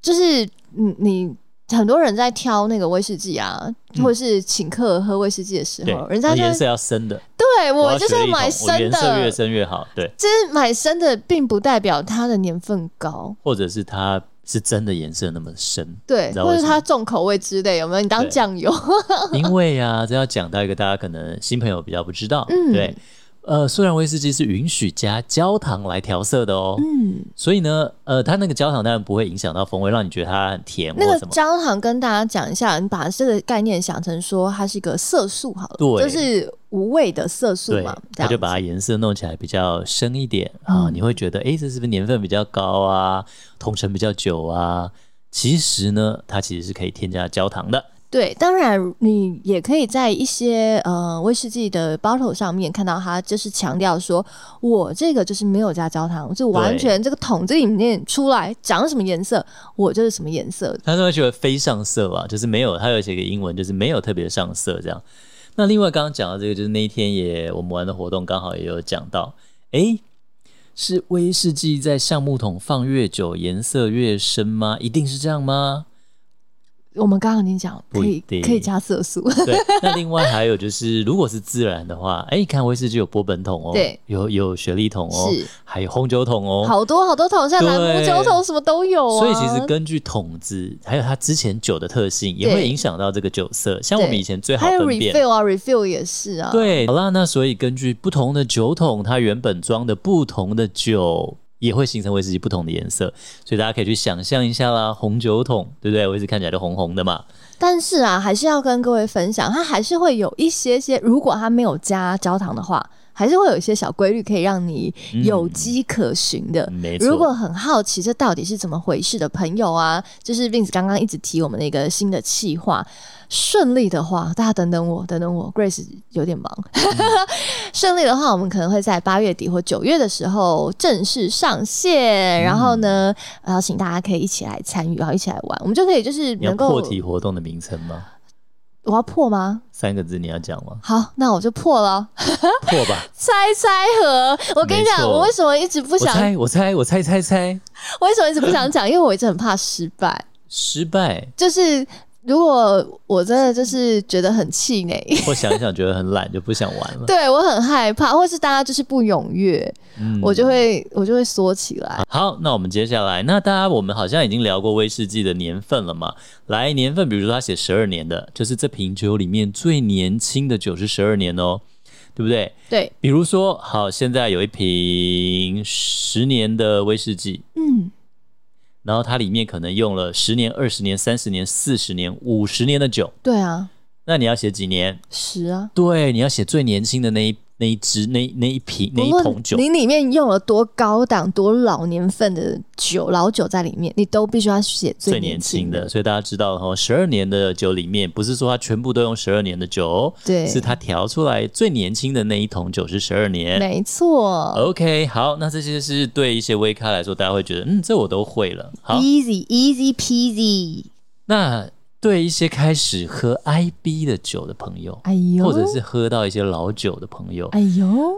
[SPEAKER 1] 就是你你。很多人在挑那个威士忌啊，或者是请客喝威士忌的时
[SPEAKER 2] 嗯对
[SPEAKER 1] 候，，人家
[SPEAKER 2] 那
[SPEAKER 1] 就
[SPEAKER 2] 哦颜
[SPEAKER 1] 会
[SPEAKER 2] 色要深的，哦
[SPEAKER 1] 对我
[SPEAKER 2] 要
[SPEAKER 1] 就是
[SPEAKER 2] 雪
[SPEAKER 1] 要
[SPEAKER 2] 莉
[SPEAKER 1] 买
[SPEAKER 2] 桶我
[SPEAKER 1] 生
[SPEAKER 2] 颜色越
[SPEAKER 1] 的，
[SPEAKER 2] 深越好，对，
[SPEAKER 1] 就是买生的，并不代表它的年份高，
[SPEAKER 2] 或者是它是真的颜色那么
[SPEAKER 1] [LAUGHS]
[SPEAKER 2] 深，
[SPEAKER 1] 对
[SPEAKER 2] 你，知道
[SPEAKER 1] 或
[SPEAKER 2] 为
[SPEAKER 1] 者
[SPEAKER 2] 什
[SPEAKER 1] 它
[SPEAKER 2] 么
[SPEAKER 1] 重口味之类，有没有？你当
[SPEAKER 2] 对
[SPEAKER 1] 酱油，
[SPEAKER 2] 因为啊，这要讲到一个大家可能新朋友比较不知道，
[SPEAKER 1] 嗯
[SPEAKER 2] 对，呃，苏然威士忌是允许加焦糖来调色的哦，
[SPEAKER 1] 嗯，
[SPEAKER 2] 所以呢，呃，它那个焦糖当然不会影响到风味，让你觉得它很甜
[SPEAKER 1] 那
[SPEAKER 2] 或
[SPEAKER 1] 个
[SPEAKER 2] 什么。
[SPEAKER 1] 焦糖跟大家讲一下，你把这个概念想成说它是一个色素好了，
[SPEAKER 2] 对
[SPEAKER 1] 就是无味的色素
[SPEAKER 2] 对
[SPEAKER 1] 嘛，，这
[SPEAKER 2] 它
[SPEAKER 1] 样
[SPEAKER 2] 就
[SPEAKER 1] 子嗯
[SPEAKER 2] 把它颜色弄起来比较深一点啊，你会觉得，诶，这是不是年份比较高啊，同城比较久啊？其实呢，它其实是可以添加焦糖的。
[SPEAKER 1] 对。当然，你也可以在一些呃威士忌的 bottle 上面看到它，就是强调说我这个就是没有加焦糖，就完全这个桶子里面出来长什么颜色，我就是什么颜色。
[SPEAKER 2] 它那会觉得非上色吧，就是没有，它有写个英文，就是没有特别上色这样。那另外刚刚讲到这个，就是那一天也我们玩的活动刚好也有讲到，诶，是威士忌在橡木桶放越久颜色越深吗？一定是这样吗？
[SPEAKER 1] 我们刚刚已经讲，可
[SPEAKER 2] 不
[SPEAKER 1] 以
[SPEAKER 2] 一定
[SPEAKER 1] 可以加色素，
[SPEAKER 2] 对，那另外还有就是，如果是自然的话，哎、你看威士忌有波本桶哦，
[SPEAKER 1] 对，
[SPEAKER 2] 有有雪莉桶哦
[SPEAKER 1] 是，
[SPEAKER 2] 还有红酒桶哦。
[SPEAKER 1] 好多好多桶，像蓝姆
[SPEAKER 2] 对
[SPEAKER 1] 酒桶什么都有啊。
[SPEAKER 2] 所以其实根据桶子，还有它之前酒的特性，也
[SPEAKER 1] 对
[SPEAKER 2] 会影响到这个酒色。像我们
[SPEAKER 1] 对
[SPEAKER 2] 以前最好
[SPEAKER 1] 还有
[SPEAKER 2] 分辨，
[SPEAKER 1] refill 啊，refill 也是啊。
[SPEAKER 2] 对，好啦，那所以根据不同的酒桶，它原本装的不同的酒。也会形成威士忌不同的颜色，所以大家可以去想象一下啦。红酒桶，对不对？威士忌看起来就红红的嘛。
[SPEAKER 1] 但是啊，还是要跟各位分享，它还是会有一些些，如果它没有加焦糖的话，还是会有一些小规律可以让你
[SPEAKER 2] 嗯
[SPEAKER 1] 有迹可循的。
[SPEAKER 2] 没错。
[SPEAKER 1] 如果很好奇这到底是怎么回事的朋友啊，就是 Vince 刚刚一直提我们的一个新的企划，顺利的话，大家等等我，等等我，Grace 有点忙。 [LAUGHS] 顺利的话，我们可能会在八月底或九月的时候正式上线，
[SPEAKER 2] 嗯
[SPEAKER 1] 然后呢，然后请大家可以一起来参与，然啊后一起来玩，我们就可以就是
[SPEAKER 2] 你要
[SPEAKER 1] 能够
[SPEAKER 2] 破题活动的名称吗？
[SPEAKER 1] 我要破吗？
[SPEAKER 2] 三个字你要讲吗？
[SPEAKER 1] 好，那我就破了。
[SPEAKER 2] 破吧！
[SPEAKER 1] [LAUGHS] 猜猜盒，我跟你
[SPEAKER 2] 没
[SPEAKER 1] 讲，
[SPEAKER 2] 错
[SPEAKER 1] 我为什么一直不
[SPEAKER 2] 我
[SPEAKER 1] 想，
[SPEAKER 2] 猜，我猜，我猜猜猜，
[SPEAKER 1] 我为什么一直不想讲？因为我一直很怕失败。
[SPEAKER 2] 失败。
[SPEAKER 1] 就是如果我真的就是觉得很气馁， [LAUGHS]
[SPEAKER 2] 我想一想觉得很懒，就不想玩了。
[SPEAKER 1] 对我很害怕，或是大家就是不踊跃，
[SPEAKER 2] 嗯
[SPEAKER 1] 我就会我就会缩起来。
[SPEAKER 2] 好，那我们接下来，那大家我们好像已经聊过威士忌的年份了嘛？来，年份，比如说他写十二年的，就是这瓶酒里面最年轻的酒是十二年哦，对不对？
[SPEAKER 1] 对，
[SPEAKER 2] 比如说，好，现在有一瓶十年的威士忌，
[SPEAKER 1] 嗯，
[SPEAKER 2] 然后它里面可能用了十年、二十年、三十年、四十年、五十年的酒，
[SPEAKER 1] 对啊，
[SPEAKER 2] 那你要写几年？
[SPEAKER 1] 十啊。
[SPEAKER 2] 对，你要写最年轻的那一那一支那一那一瓶那一
[SPEAKER 1] 无
[SPEAKER 2] 桶
[SPEAKER 1] 论
[SPEAKER 2] 酒，
[SPEAKER 1] 你里面用了多高档、多老年份的酒、老酒在里面，你都必须要写
[SPEAKER 2] 最
[SPEAKER 1] 年
[SPEAKER 2] 年轻
[SPEAKER 1] 的
[SPEAKER 2] 的，。所以大家知道哦，十二年的酒里面，不是说它全部都用十二年的酒哦，
[SPEAKER 1] 对
[SPEAKER 2] 是它调出来最年轻的那一桶酒是十二年。
[SPEAKER 1] 没错
[SPEAKER 2] OK，好，那这些是对一些微咖来说，大家会觉得，嗯，这我都会了。
[SPEAKER 1] 哎
[SPEAKER 2] 好，
[SPEAKER 1] ，easy easy peasy。
[SPEAKER 2] 那对一些开始喝 IB 的酒的朋友，
[SPEAKER 1] 哎呦，
[SPEAKER 2] 或者是喝到一些老酒的朋友，
[SPEAKER 1] 哎呦，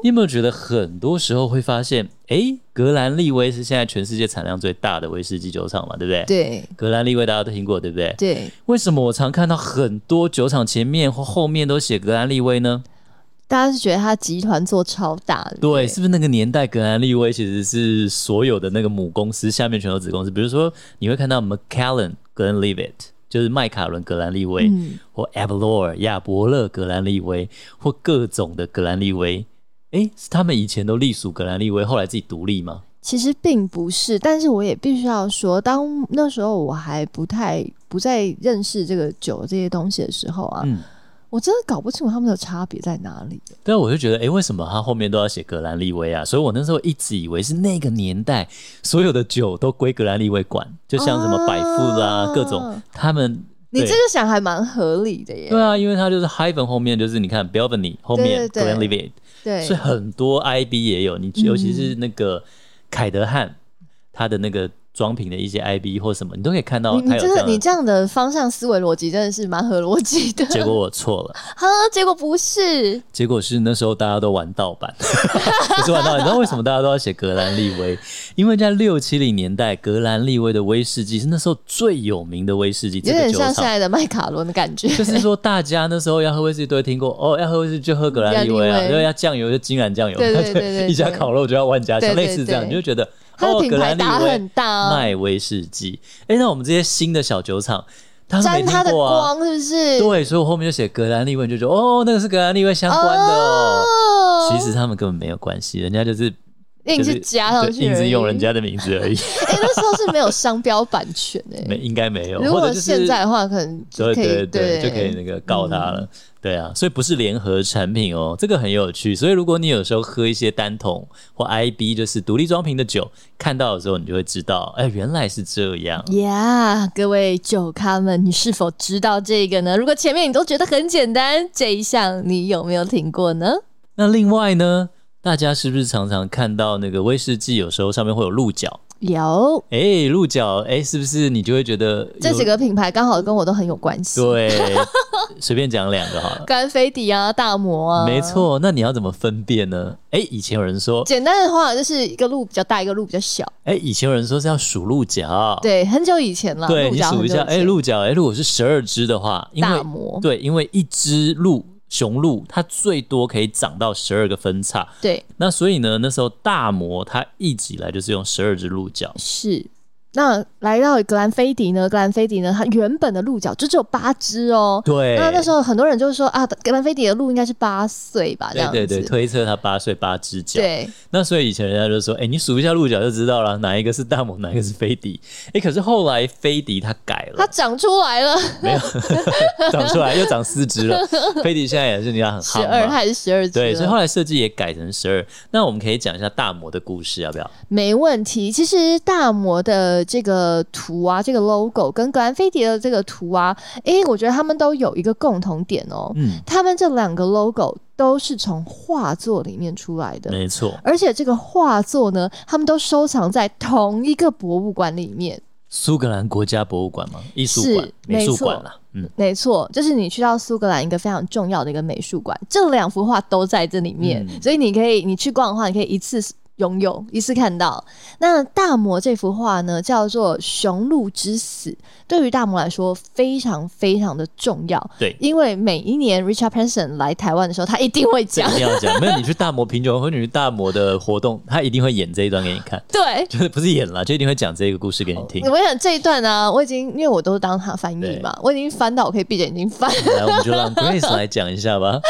[SPEAKER 2] 你有没有觉得很多时候会发现，诶，格兰利威是现在全世界产量最大的威士忌酒厂嘛，对不对？
[SPEAKER 1] 对
[SPEAKER 2] 格兰利威大家都听过，对不对？
[SPEAKER 1] 对，
[SPEAKER 2] 为什么我常看到很多酒厂前面或后面都写格兰利威呢？
[SPEAKER 1] 大家是觉得他集团做超大的，
[SPEAKER 2] 对，是不是那个年代格兰利威其实是所有的那个母公司下面全有子公司？比如说你会看到 Macallan Glenlivet，就是麦卡伦格兰利威，
[SPEAKER 1] 嗯
[SPEAKER 2] 或 Avalor 亚伯勒格兰利威，或各种的格兰利威。诶，是他们以前都隶属格兰利威，后来自己独立吗？
[SPEAKER 1] 其实并不是，但是我也必须要说，当那时候我还不太不再认识这个酒这些东西的时候啊，
[SPEAKER 2] 嗯，
[SPEAKER 1] 我真的搞不清楚他们的差别在哪里。
[SPEAKER 2] 对啊，我就觉得，诶，为什么他后面都要写格兰利威啊？所以我那时候一直以为是那个年代所有的酒都归格兰利威管，就像什么百富啦、
[SPEAKER 1] 啊
[SPEAKER 2] 各种，他们
[SPEAKER 1] 你
[SPEAKER 2] 对
[SPEAKER 1] 这个想还蛮合理的耶，
[SPEAKER 2] 对啊，因为它就是 hyphen 后面就是你看 Belvany 后面
[SPEAKER 1] 对
[SPEAKER 2] Glenlivet，
[SPEAKER 1] 对嗯
[SPEAKER 2] 所以很多 IB 也有，你尤其是那个凯德汉他的那个装瓶的一些 IB 或什么，你都可以看到
[SPEAKER 1] 你
[SPEAKER 2] 它
[SPEAKER 1] 你
[SPEAKER 2] 哦有
[SPEAKER 1] 这
[SPEAKER 2] 这
[SPEAKER 1] 个
[SPEAKER 2] 样
[SPEAKER 1] 你
[SPEAKER 2] 的。
[SPEAKER 1] 这样的方向思维逻辑真的是蛮合逻辑的，
[SPEAKER 2] 结果我错了，
[SPEAKER 1] 哈，结果不是，
[SPEAKER 2] 结果是那时候大家都玩盗版， [LAUGHS] 不是玩盗版。你知道为什么大家都要写格兰利威？因为在六七零年代，格兰利威的威士忌是那时候最有名的威士忌，这
[SPEAKER 1] 有
[SPEAKER 2] 个
[SPEAKER 1] 点
[SPEAKER 2] 酒
[SPEAKER 1] 像现
[SPEAKER 2] 厂。
[SPEAKER 1] 在的麦卡伦的感觉。
[SPEAKER 2] 就是说，大家那时候要喝威士忌都会听过哦，要喝威士忌就喝格兰利威
[SPEAKER 1] 格兰
[SPEAKER 2] 啊，
[SPEAKER 1] 利威
[SPEAKER 2] 对，要酱油就金兰酱油，
[SPEAKER 1] 对对对对对
[SPEAKER 2] [LAUGHS] 一家烤肉就要万家
[SPEAKER 1] 对
[SPEAKER 2] 香，
[SPEAKER 1] 对
[SPEAKER 2] 类似这样，
[SPEAKER 1] 对
[SPEAKER 2] 你就觉得
[SPEAKER 1] 它的
[SPEAKER 2] 哦，
[SPEAKER 1] 品
[SPEAKER 2] 格
[SPEAKER 1] 牌
[SPEAKER 2] 兰利
[SPEAKER 1] 打
[SPEAKER 2] 威
[SPEAKER 1] 很大啊，
[SPEAKER 2] 卖威士忌。哎，那我们这些新的小酒厂，他都
[SPEAKER 1] 沾
[SPEAKER 2] 没听
[SPEAKER 1] 它的
[SPEAKER 2] 过啊。
[SPEAKER 1] 光是不是？
[SPEAKER 2] 对，所以我后面就写格兰利威，就觉得哦，那个是格兰利威相关的哦。
[SPEAKER 1] 哦
[SPEAKER 2] 其实他们根本没有关系，人家就是
[SPEAKER 1] 硬
[SPEAKER 2] 就是
[SPEAKER 1] 加上去而
[SPEAKER 2] 对
[SPEAKER 1] 已，
[SPEAKER 2] 硬是用人家的名字而
[SPEAKER 1] [LAUGHS]
[SPEAKER 2] 已，
[SPEAKER 1] 哎、那时候是没有商标版权哎、
[SPEAKER 2] 没应该没有。
[SPEAKER 1] 如
[SPEAKER 2] 或者
[SPEAKER 1] 果
[SPEAKER 2] 就是
[SPEAKER 1] 现在的话，可能就
[SPEAKER 2] 对
[SPEAKER 1] 可以
[SPEAKER 2] 对对，
[SPEAKER 1] 对嗯
[SPEAKER 2] 就可以那个告他了。对啊，所以不是联合产品哦，这个很有趣。所以如果你有时候喝一些单桶或 IB，就是独立装瓶的酒，看到的时候你就会知道，哎，原来是这样。
[SPEAKER 1] 嗯呀各位酒咖们，你是否知道这个呢？如果前面你都觉得很简单，这一项你有没有听过呢？
[SPEAKER 2] 那另外呢，大家是不是常常看到那个威士忌，有时候上面会有鹿角？
[SPEAKER 1] 有，
[SPEAKER 2] 哎，鹿角，哎，是不是你就会觉得
[SPEAKER 1] 这
[SPEAKER 2] 有
[SPEAKER 1] 几个品牌刚好跟我都很有关系，
[SPEAKER 2] 对？
[SPEAKER 1] [LAUGHS]
[SPEAKER 2] 随便讲两个好了。
[SPEAKER 1] 干飞迪啊，大魔啊，
[SPEAKER 2] 没。错，那你要怎么分辨呢？哎，以前有人说，
[SPEAKER 1] 简单的话就是一个路比较大，一个路比较小。
[SPEAKER 2] 哎，以前有人说是要数鹿角，
[SPEAKER 1] 对，很久以前了。
[SPEAKER 2] 对
[SPEAKER 1] 鹿
[SPEAKER 2] 你
[SPEAKER 1] 角
[SPEAKER 2] 数一
[SPEAKER 1] 很久
[SPEAKER 2] 下，
[SPEAKER 1] 以前
[SPEAKER 2] 哎，鹿角，哎，如果是十二只的话，因
[SPEAKER 1] 大
[SPEAKER 2] 为
[SPEAKER 1] 魔，
[SPEAKER 2] 对，因为一只鹿雄鹿它最多可以长到十二个分叉，
[SPEAKER 1] 对
[SPEAKER 2] 那所以呢，那时候大魔它一直以来就是用十二只鹿角，
[SPEAKER 1] 是。那来到格兰菲迪呢？格兰菲迪呢？它原本的鹿角就只有八只哦。
[SPEAKER 2] 对，
[SPEAKER 1] 那那时候很多人就说啊，格兰菲迪的鹿应该是八岁吧，这
[SPEAKER 2] 对
[SPEAKER 1] 样子。
[SPEAKER 2] 对对，推测它八岁八只脚，
[SPEAKER 1] 对
[SPEAKER 2] 那所以以前人家就说，哎、你数一下鹿角就知道了，哪一个是大魔，哪一个是飞迪，哎、可是后来飞迪它改
[SPEAKER 1] 它
[SPEAKER 2] 了，
[SPEAKER 1] 长出来
[SPEAKER 2] [LAUGHS]
[SPEAKER 1] 了，
[SPEAKER 2] 没有长出来又长四只
[SPEAKER 1] [LAUGHS]
[SPEAKER 2] 了，飞迪现在也是人家很
[SPEAKER 1] 十
[SPEAKER 2] 夯
[SPEAKER 1] 二
[SPEAKER 2] 嘛。
[SPEAKER 1] 还是十二只了？
[SPEAKER 2] 对，所以后来设计也改成十二。那我们可以讲一下大魔的故事，要不要？
[SPEAKER 1] 没问题。其实大魔的这个图啊，这个 logo 跟格兰菲迪的这个图啊，诶，我觉得他们都有一个共同点哦，
[SPEAKER 2] 嗯，
[SPEAKER 1] 他们这两个 logo 都是从画作里面出来的。
[SPEAKER 2] 没错。
[SPEAKER 1] 而且这个画作呢，他们都收藏在同一个博物馆里面。
[SPEAKER 2] 苏格兰国家博物馆嘛，艺术馆
[SPEAKER 1] 是、
[SPEAKER 2] 美术
[SPEAKER 1] 没错
[SPEAKER 2] 馆啦，嗯，
[SPEAKER 1] 没错，就是你去到苏格兰一个非常重要的一个美术馆，这两幅画都在这里面，
[SPEAKER 2] 嗯
[SPEAKER 1] 所以你可以你去逛的话，你可以一次拥有，一次看到。那大魔这幅画呢，叫做《雄鹿之死》，对于大魔来说非常非常的重要，
[SPEAKER 2] 对。
[SPEAKER 1] 因为每一年 Richard Branson 来台湾的时候，他一定会
[SPEAKER 2] 这
[SPEAKER 1] 讲
[SPEAKER 2] 一，定要讲，没有你去大魔品酒会，或者你去大魔的活动，他一定会演这一段给你看， [LAUGHS]
[SPEAKER 1] 对。
[SPEAKER 2] 就是不是演啦，就一定会讲这个故事给你听。
[SPEAKER 1] 我想这一段呢、我已经因为我都是当他翻译嘛，我已经翻到我可以闭着眼睛翻，
[SPEAKER 2] 来，我们就让 Grace 来讲一下吧。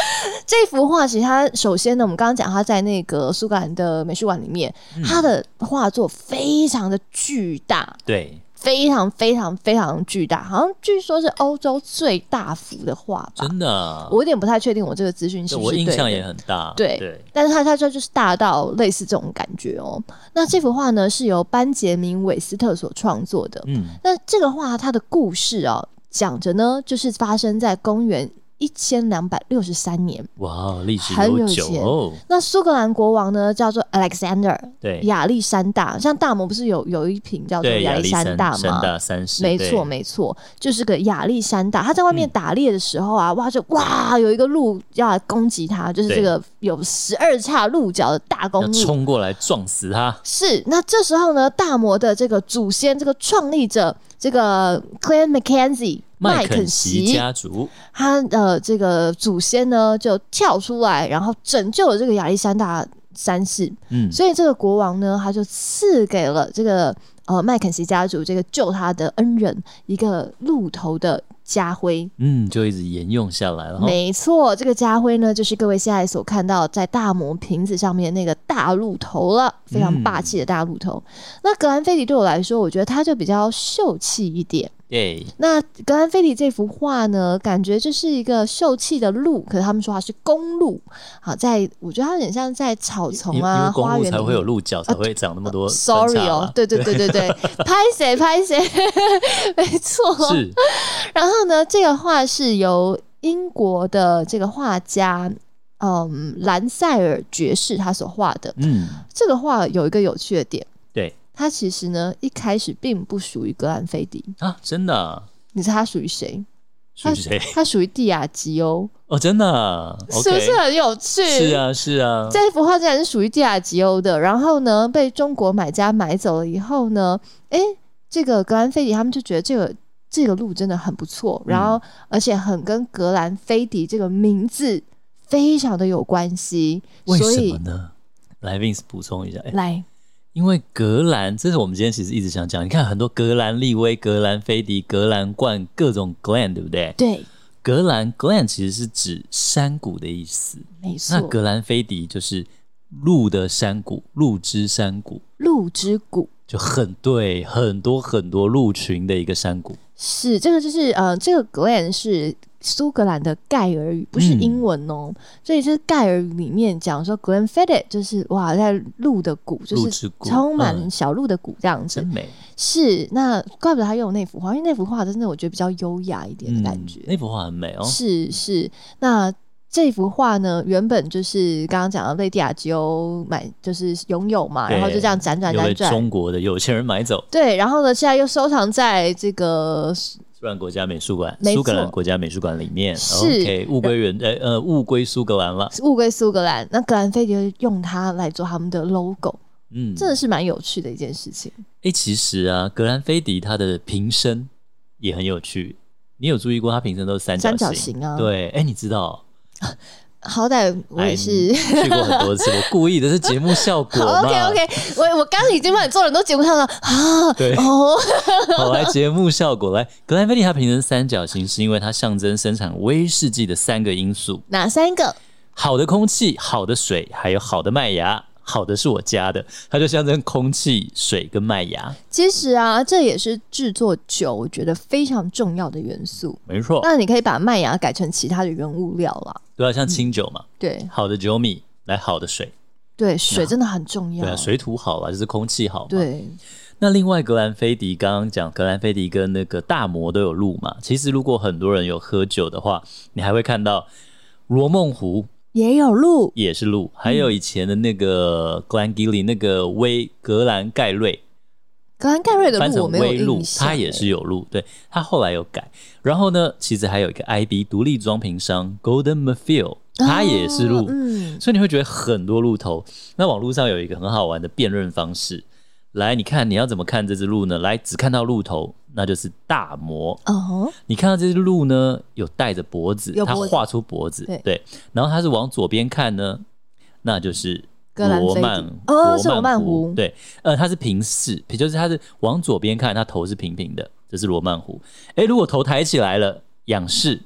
[SPEAKER 1] 这幅画其实它首先呢，我们刚刚讲它在那个苏格兰的美术馆里面，
[SPEAKER 2] 嗯
[SPEAKER 1] 它的画作非常的巨大，
[SPEAKER 2] 对，
[SPEAKER 1] 非常非常非常巨大，好像据说是欧洲最大幅的画吧。
[SPEAKER 2] 真的啊，
[SPEAKER 1] 我有点不太确定我这个资讯是
[SPEAKER 2] 对
[SPEAKER 1] 不
[SPEAKER 2] 我
[SPEAKER 1] 是
[SPEAKER 2] 印
[SPEAKER 1] 对
[SPEAKER 2] 象
[SPEAKER 1] 的。
[SPEAKER 2] 也很大。
[SPEAKER 1] 对
[SPEAKER 2] 对，
[SPEAKER 1] 但是它它就是大到类似这种感觉哦。那这幅画呢是由班杰明·韦斯特所创作的。
[SPEAKER 2] 嗯，
[SPEAKER 1] 那这个画它的故事哦，讲着呢就是发生在公元一千两百六十三年。
[SPEAKER 2] 哇，哦历史
[SPEAKER 1] 很
[SPEAKER 2] 悠
[SPEAKER 1] 有
[SPEAKER 2] 久
[SPEAKER 1] 钱
[SPEAKER 2] 哦。
[SPEAKER 1] 那苏格兰国王呢，叫做 Alexander
[SPEAKER 2] 对，
[SPEAKER 1] 亚历山大，像大魔不是有有一瓶叫做
[SPEAKER 2] 对，
[SPEAKER 1] 历
[SPEAKER 2] 历山
[SPEAKER 1] 大
[SPEAKER 2] 山
[SPEAKER 1] 吗？
[SPEAKER 2] 大三十，
[SPEAKER 1] 没
[SPEAKER 2] 对嗯
[SPEAKER 1] 错，没错，就是个亚历山大。他在外面打猎的时候啊，哇，就哇，有一个鹿要来攻击他，就是
[SPEAKER 2] 对
[SPEAKER 1] 这个有十二叉鹿角的大公
[SPEAKER 2] 要
[SPEAKER 1] 鹿。
[SPEAKER 2] 冲过来撞死他。
[SPEAKER 1] 是，那这时候呢，大魔的这个祖先，这个创立者，这个 Clan Mackenzie
[SPEAKER 2] 麦
[SPEAKER 1] 肯
[SPEAKER 2] 肯锡家族，
[SPEAKER 1] 他的这个祖先呢，就跳出来，然后拯救了这个亚历山大三世。
[SPEAKER 2] 嗯，
[SPEAKER 1] 所以这个国王呢，他就赐给了这个呃麦肯锡家族这个救他的恩人一个鹿头的家徽。
[SPEAKER 2] 嗯，就一直沿用下来了哈。
[SPEAKER 1] 没错，这个家徽呢，就是各位现在所看到在大魔瓶子上面那个大鹿头了，非
[SPEAKER 2] 嗯
[SPEAKER 1] 常霸气的大鹿头。那格兰菲迪对我来说，我觉得他就比较秀气一点。
[SPEAKER 2] 对，
[SPEAKER 1] 那格兰菲迪这幅画呢，感觉就是一个秀气的鹿，可是他们说它是公鹿。好，在我觉得它有点像在草丛
[SPEAKER 2] 因为因
[SPEAKER 1] 啊、
[SPEAKER 2] 为
[SPEAKER 1] 花
[SPEAKER 2] 公
[SPEAKER 1] 园
[SPEAKER 2] 路
[SPEAKER 1] 里
[SPEAKER 2] 才会有
[SPEAKER 1] 面。啊
[SPEAKER 2] 鹿角，才会长那么多分叉嘛。
[SPEAKER 1] Sorry 哦，对对对对对，拍谁拍谁， [LAUGHS] 没错。
[SPEAKER 2] [LAUGHS] 是
[SPEAKER 1] 然后呢，这个画是由英国的这个画家，嗯，兰塞尔爵士他所画的。
[SPEAKER 2] 嗯，
[SPEAKER 1] 这个画有一个有趣的点，
[SPEAKER 2] 对，
[SPEAKER 1] 它其实呢一开始并不属于格兰菲迪，
[SPEAKER 2] 啊，真的啊、
[SPEAKER 1] 你猜它属于谁？
[SPEAKER 2] 属于谁？
[SPEAKER 1] 它属于蒂亚吉欧，
[SPEAKER 2] [LAUGHS] 哦，真的啊、o
[SPEAKER 1] 是
[SPEAKER 2] k
[SPEAKER 1] 不是很有趣？
[SPEAKER 2] 是啊，是啊，
[SPEAKER 1] 这幅画竟然是属于蒂亚吉欧的，然后呢，被中国买家买走了以后呢，诶，这个格兰菲迪他们就觉得这个这个路真的很不错，然
[SPEAKER 2] 嗯
[SPEAKER 1] 后、而且很跟格兰菲迪这个名字非常的有关系，
[SPEAKER 2] 为
[SPEAKER 1] 所
[SPEAKER 2] 什
[SPEAKER 1] 以
[SPEAKER 2] 么呢？来，Vince 补充一下，哎、
[SPEAKER 1] 来
[SPEAKER 2] 因为格兰，这是我们今天其实一直想讲。你看很多格兰利威、格兰菲迪、格兰冠各种 glen，对不对？
[SPEAKER 1] 对，
[SPEAKER 2] 格兰 glen 其实是指山谷的意思。
[SPEAKER 1] 没
[SPEAKER 2] 那
[SPEAKER 1] 错，
[SPEAKER 2] 格兰菲迪就是鹿的山谷，鹿之山谷，
[SPEAKER 1] 鹿之谷。
[SPEAKER 2] 就很对，很多很多鹿群的一个山谷。
[SPEAKER 1] 是，这个就是呃，这个 Glen 是苏格兰的盖尔语，不是
[SPEAKER 2] 嗯
[SPEAKER 1] 英文哦。所以这盖尔语里面讲说 Glenfiddich 就是哇，在鹿的谷，就
[SPEAKER 2] 鹿之
[SPEAKER 1] 是
[SPEAKER 2] 谷
[SPEAKER 1] 充满
[SPEAKER 2] 嗯
[SPEAKER 1] 小鹿的谷这样子。
[SPEAKER 2] 真美，
[SPEAKER 1] 是，那怪不得他用那幅画，因为那幅画真的我觉得比较优雅一点的感觉。
[SPEAKER 2] 那幅画很美哦。
[SPEAKER 1] 是是，那这幅画呢，原本就是刚刚讲的贝蒂亚吉欧买，就是拥有嘛，然后就
[SPEAKER 2] 对
[SPEAKER 1] 这样辗转
[SPEAKER 2] 有
[SPEAKER 1] 辗
[SPEAKER 2] 被
[SPEAKER 1] 转。
[SPEAKER 2] 中国的有钱人买走，
[SPEAKER 1] 对，然后呢，现在又收藏在这个
[SPEAKER 2] 苏格兰国家美术馆，
[SPEAKER 1] 没错
[SPEAKER 2] 苏格兰国家美术馆里面。
[SPEAKER 1] 是
[SPEAKER 2] OK，物归原，呃呃，物归苏格兰了。
[SPEAKER 1] 物归苏格兰，那格兰菲迪就用它来做他们的 logo，
[SPEAKER 2] 嗯，
[SPEAKER 1] 真的是蛮有趣的一件事情。
[SPEAKER 2] 诶，其实啊，格兰菲迪他的瓶身也很有趣。你有注意过他瓶身都是三角
[SPEAKER 1] 三角形啊
[SPEAKER 2] 对，诶，你知道
[SPEAKER 1] 好歹我也是。
[SPEAKER 2] 哎你去过很多次，我故意的是节目效果
[SPEAKER 1] [LAUGHS]
[SPEAKER 2] 嘛。
[SPEAKER 1] OK OK，我我刚刚已经把你做人都节目上了啊，
[SPEAKER 2] 对
[SPEAKER 1] 哦，
[SPEAKER 2] 好来节目效果来，格兰菲迪它瓶身三角形是因为它象征生产威士忌的三个因素：
[SPEAKER 1] 哪三个？
[SPEAKER 2] 好的空气、好的水，还有好的麦芽。好的是我家的，它就象征空气、水跟麦芽，
[SPEAKER 1] 其实啊，这也是制作酒我觉得非常重要的元素。
[SPEAKER 2] 没错。
[SPEAKER 1] 那你可以把麦芽改成其他的原物料啦。
[SPEAKER 2] 对啊，像清酒嘛，
[SPEAKER 1] 对
[SPEAKER 2] 好的酒米来好的水，
[SPEAKER 1] 对，水真的很重要。
[SPEAKER 2] 对啊，水土好啊，就是空气好嘛。
[SPEAKER 1] 对
[SPEAKER 2] 那另外，格兰菲迪刚刚讲，格兰菲迪跟那个大魔都有录嘛。其实，如果很多人有喝酒的话，你还会看到罗梦湖
[SPEAKER 1] 也有鹿，
[SPEAKER 2] 也是录，还有以前的那个 Glengilly 那个威格兰盖瑞，
[SPEAKER 1] 格兰盖瑞的
[SPEAKER 2] 翻
[SPEAKER 1] 鹿我
[SPEAKER 2] 成
[SPEAKER 1] 没有
[SPEAKER 2] 威录
[SPEAKER 1] 印，象，欸
[SPEAKER 2] 他也是有录，对他后来有改。然后呢，其实还有一个 IB 独立装瓶商 Golden m a f i l
[SPEAKER 1] 哎
[SPEAKER 2] 他也是录
[SPEAKER 1] 哦，嗯，
[SPEAKER 2] 所以你会觉得很多鹿头。那网络上有一个很好玩的辨认方式，来，你看你要怎么看这只鹿呢？来，只看到鹿头，那就是大魔。
[SPEAKER 1] 哦，
[SPEAKER 2] 你看到这只鹿呢，有带着脖子，
[SPEAKER 1] 有
[SPEAKER 2] 它
[SPEAKER 1] 脖子
[SPEAKER 2] 画出脖子，
[SPEAKER 1] 对
[SPEAKER 2] 然后它是往左边看呢，那就是
[SPEAKER 1] 格兰菲
[SPEAKER 2] 罗
[SPEAKER 1] 迪
[SPEAKER 2] 曼
[SPEAKER 1] 哦是
[SPEAKER 2] 罗
[SPEAKER 1] 罗曼湖
[SPEAKER 2] 对，呃，它是平视，就是它是往左边看，它头是平平的，这是罗曼湖。诶，如果头抬起来了，仰视，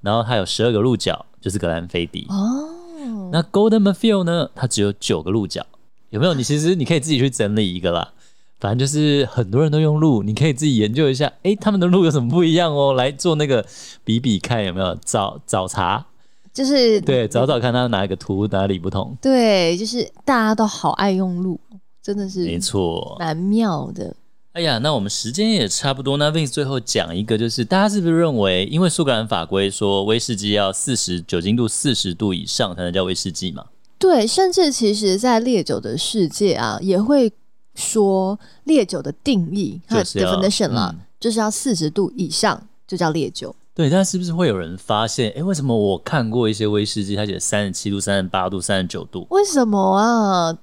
[SPEAKER 2] 然后它有十二个鹿角，就是格兰菲迪。
[SPEAKER 1] 哦，
[SPEAKER 2] 那 Golden m a f i l 呢，它只有九个鹿角，有没有？你其实你可以自己去整理一个啦。反正就是很多人都用鹿，你可以自己研究一下，诶，他们的鹿有什么不一样哦？来做那个比比看有没有找找茬，
[SPEAKER 1] 就是
[SPEAKER 2] 对，找找看它哪一个图哪里不同。
[SPEAKER 1] 对，就是大家都好爱用鹿，真的
[SPEAKER 2] 没
[SPEAKER 1] 是
[SPEAKER 2] 错，
[SPEAKER 1] 蛮妙的。
[SPEAKER 2] 哎呀，那我们时间也差不多，那 Vince 最后讲一个，就是大家是不是认为，因为苏格兰法规说威士忌要四十酒精度四十度以上才能叫威士忌嘛？
[SPEAKER 1] 对，甚至其实，在烈酒的世界啊，也会说烈酒的定义，它的
[SPEAKER 2] 就是要
[SPEAKER 1] definition 啦，
[SPEAKER 2] 嗯
[SPEAKER 1] 就是要四十度以上就叫烈酒。
[SPEAKER 2] 对，但是不是会有人发现，诶，为什么我看过一些威士忌，它写三十七度、三十八度、三十九度？
[SPEAKER 1] 为什么啊？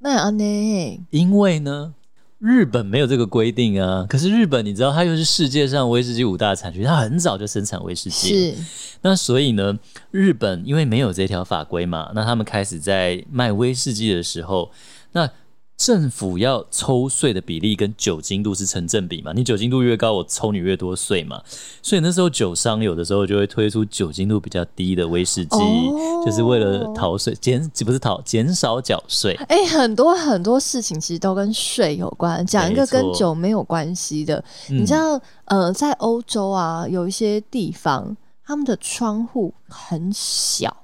[SPEAKER 1] 那安呢？
[SPEAKER 2] 因为呢，日本没有这个规定啊。可是日本，你知道，它又是世界上威士忌五大产区，它很早就生产威士忌了。
[SPEAKER 1] 是
[SPEAKER 2] 那所以呢，日本因为没有这条法规嘛，那他们开始在卖威士忌的时候，那政府要抽税的比例跟酒精度是成正比嘛？你酒精度越高，我抽你越多税嘛。所以那时候酒商有的时候就会推出酒精度比较低的威士忌，
[SPEAKER 1] 哦
[SPEAKER 2] 就是为了逃税，减不是逃，减少缴税。
[SPEAKER 1] 哎、很多很多事情其实都跟税有关，讲一个
[SPEAKER 2] 没错嗯
[SPEAKER 1] 跟酒没有关系的。你知道，呃，在欧洲啊，有一些地方他们的窗户很小，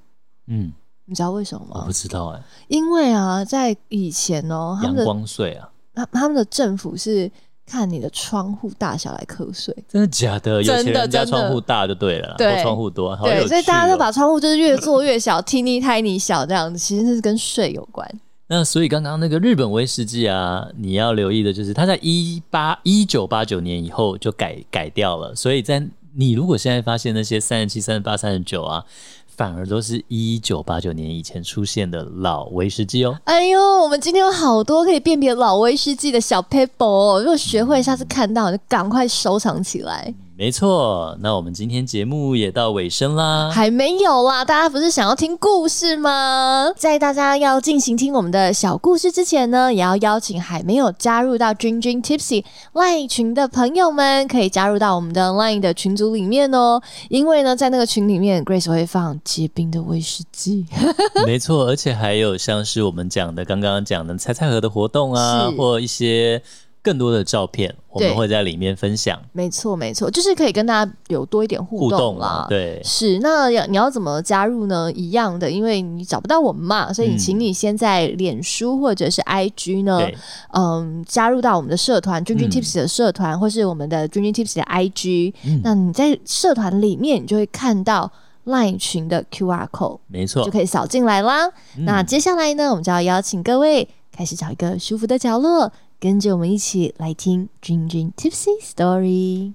[SPEAKER 2] 嗯，
[SPEAKER 1] 你知道为什么
[SPEAKER 2] 我
[SPEAKER 1] 吗
[SPEAKER 2] 不？知道哎、
[SPEAKER 1] 因为啊，在以前哦，他
[SPEAKER 2] 阳
[SPEAKER 1] 们的
[SPEAKER 2] 光税啊，
[SPEAKER 1] 他他们的政府是看你的窗户大小来课税，
[SPEAKER 2] 真的假的？有
[SPEAKER 1] 真的
[SPEAKER 2] 钱人家
[SPEAKER 1] 真的
[SPEAKER 2] 窗户大就对了啦，
[SPEAKER 1] 对
[SPEAKER 2] 或窗户多，好有
[SPEAKER 1] 对，
[SPEAKER 2] 趣、哦。
[SPEAKER 1] 所以大家都把窗户就是越做越小，teeny tiny 小这样子，其实那是跟税有关。
[SPEAKER 2] 那所以刚刚那个日本威士忌啊，你要留意的就是，它在一八一九八九年以后就改改掉了，所以在你如果现在发现那些三十七、三十八、三十九啊，反而都是一九八九年以前出现的老威士忌哦。
[SPEAKER 1] 哎呦，我们今天有好多可以辨别老威士忌的小 paper 哦，如果学会，下次看到就赶快收藏起来。
[SPEAKER 2] 没错，那我们今天节目也到尾
[SPEAKER 1] [LAUGHS]
[SPEAKER 2] 声啦。
[SPEAKER 1] 还没有啦，大家不是想要听故事吗？在大家要进行听我们的小故事之前呢，也要邀请还没有加入到君君 Tipsy Line 群的朋友们，可以加入到我们的 Line 的群组里面哦。因为呢，在那个群里面，Grace 会放结冰的威士忌， [LAUGHS]
[SPEAKER 2] 没错，而且还有像是我们讲的刚刚讲的猜猜盒的活动啊，
[SPEAKER 1] 是
[SPEAKER 2] 或一些更多的照片，我们
[SPEAKER 1] 对
[SPEAKER 2] 会在里面分享
[SPEAKER 1] 没错没错，就是可以跟大家有多一点
[SPEAKER 2] 互
[SPEAKER 1] 互
[SPEAKER 2] 动
[SPEAKER 1] 动
[SPEAKER 2] 啊
[SPEAKER 1] 啦。。
[SPEAKER 2] 对，
[SPEAKER 1] 是，那要你要怎么加入呢？一样的，因为你找不到我们嘛，所以你
[SPEAKER 2] 嗯
[SPEAKER 1] 请你先在脸书或者是 IG 呢，
[SPEAKER 2] 对，
[SPEAKER 1] 嗯，加入到我们的社团君君
[SPEAKER 2] 嗯
[SPEAKER 1] Tips 的社团，或是我们的君君 Tips 的 IG、那
[SPEAKER 2] 嗯
[SPEAKER 1] 你在社团里面，你就会看到 LINE 群的 QR code，
[SPEAKER 2] 没错
[SPEAKER 1] 就。可以扫进来啦。
[SPEAKER 2] 嗯
[SPEAKER 1] 那接下来呢，我们就要邀请各位开始找一个舒服的角落，跟着我们一起来听君君 Tipsy Story。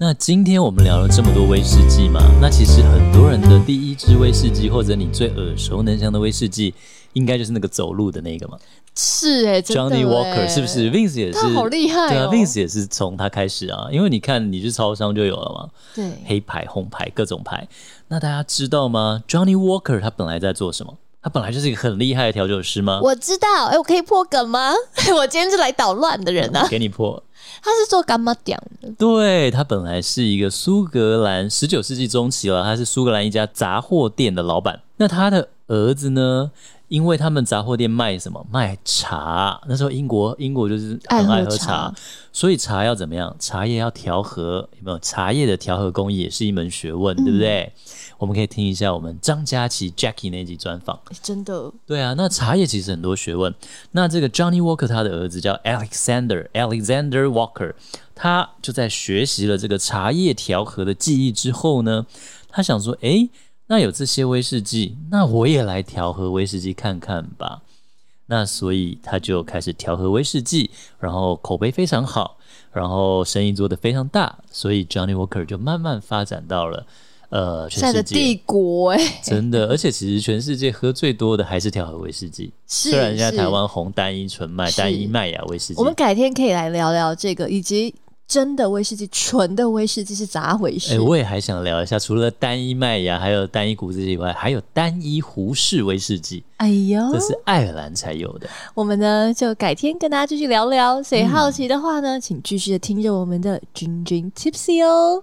[SPEAKER 2] 那今天我们聊了这么多威士忌嘛，那其实很多人的第一支威士忌，或者你最耳熟能详的威士忌，应该就是那个走路的那个嘛
[SPEAKER 1] 是哎、真的欸
[SPEAKER 2] ，Johnny Walker 是不是？Vince 也是，
[SPEAKER 1] 他好厉害、哦，
[SPEAKER 2] 对啊，Vince 也是从他开始啊，因为你看你去超商就有了嘛，
[SPEAKER 1] 对
[SPEAKER 2] 黑牌、红牌各种牌。那大家知道吗？Johnny Walker 他本来在做什么？他本来就是一个很厉害的调酒师吗？
[SPEAKER 1] 我知道，哎、我可以破梗吗？ [LAUGHS] 我今天是来捣乱的人啊！
[SPEAKER 2] 给你破。
[SPEAKER 1] 他是做干妈屌的，
[SPEAKER 2] 对，他本来是一个苏格兰十九世纪中期了，他是苏格兰一家杂货店的老板。那他的儿子呢？因为他们杂货店卖什么？卖茶。那时候英国英国就是很
[SPEAKER 1] 爱
[SPEAKER 2] 爱
[SPEAKER 1] 喝
[SPEAKER 2] 喝
[SPEAKER 1] 茶
[SPEAKER 2] 所以茶要怎么样？茶叶要调和，有没有？茶叶的调和工艺也是一门学问，
[SPEAKER 1] 嗯
[SPEAKER 2] 对不对？我们可以听一下我们张佳琪 Jackie 那集专访。
[SPEAKER 1] 真的
[SPEAKER 2] 对啊，那茶叶其实很多学问。那这个 Johnny Walker 他的儿子叫 Alexander Alexander Walker，他就在学习了这个茶叶调和的技艺之后呢，他想说，诶，那有这些威士忌，那我也来调和威士忌看看吧。那所以他就开始调和威士忌，然后口碑非常好，然后生意做得非常大，所以 Johnny Walker 就慢慢发展到了呃全
[SPEAKER 1] 在的
[SPEAKER 2] 世界
[SPEAKER 1] 帝国哎、
[SPEAKER 2] 真的，而且其实全世界喝最多的还是调和威士忌，
[SPEAKER 1] 是
[SPEAKER 2] 虽然现在
[SPEAKER 1] 是
[SPEAKER 2] 台湾红单一纯麦、
[SPEAKER 1] 是
[SPEAKER 2] 单一麦芽威士忌
[SPEAKER 1] 我。们改天可以来聊聊这个，以及真的威士忌、纯的威士忌是咋回
[SPEAKER 2] 哎、
[SPEAKER 1] 事？
[SPEAKER 2] 我也还想聊一下，除了单一麦芽，还有单一谷子以外，还有单一胡氏威士忌，
[SPEAKER 1] 哎呦，
[SPEAKER 2] 这是爱尔兰才有的。
[SPEAKER 1] 我们呢就改天跟大家继续聊聊。所以好奇的话呢，请继续的听着我们的君君 Tipsy 哦，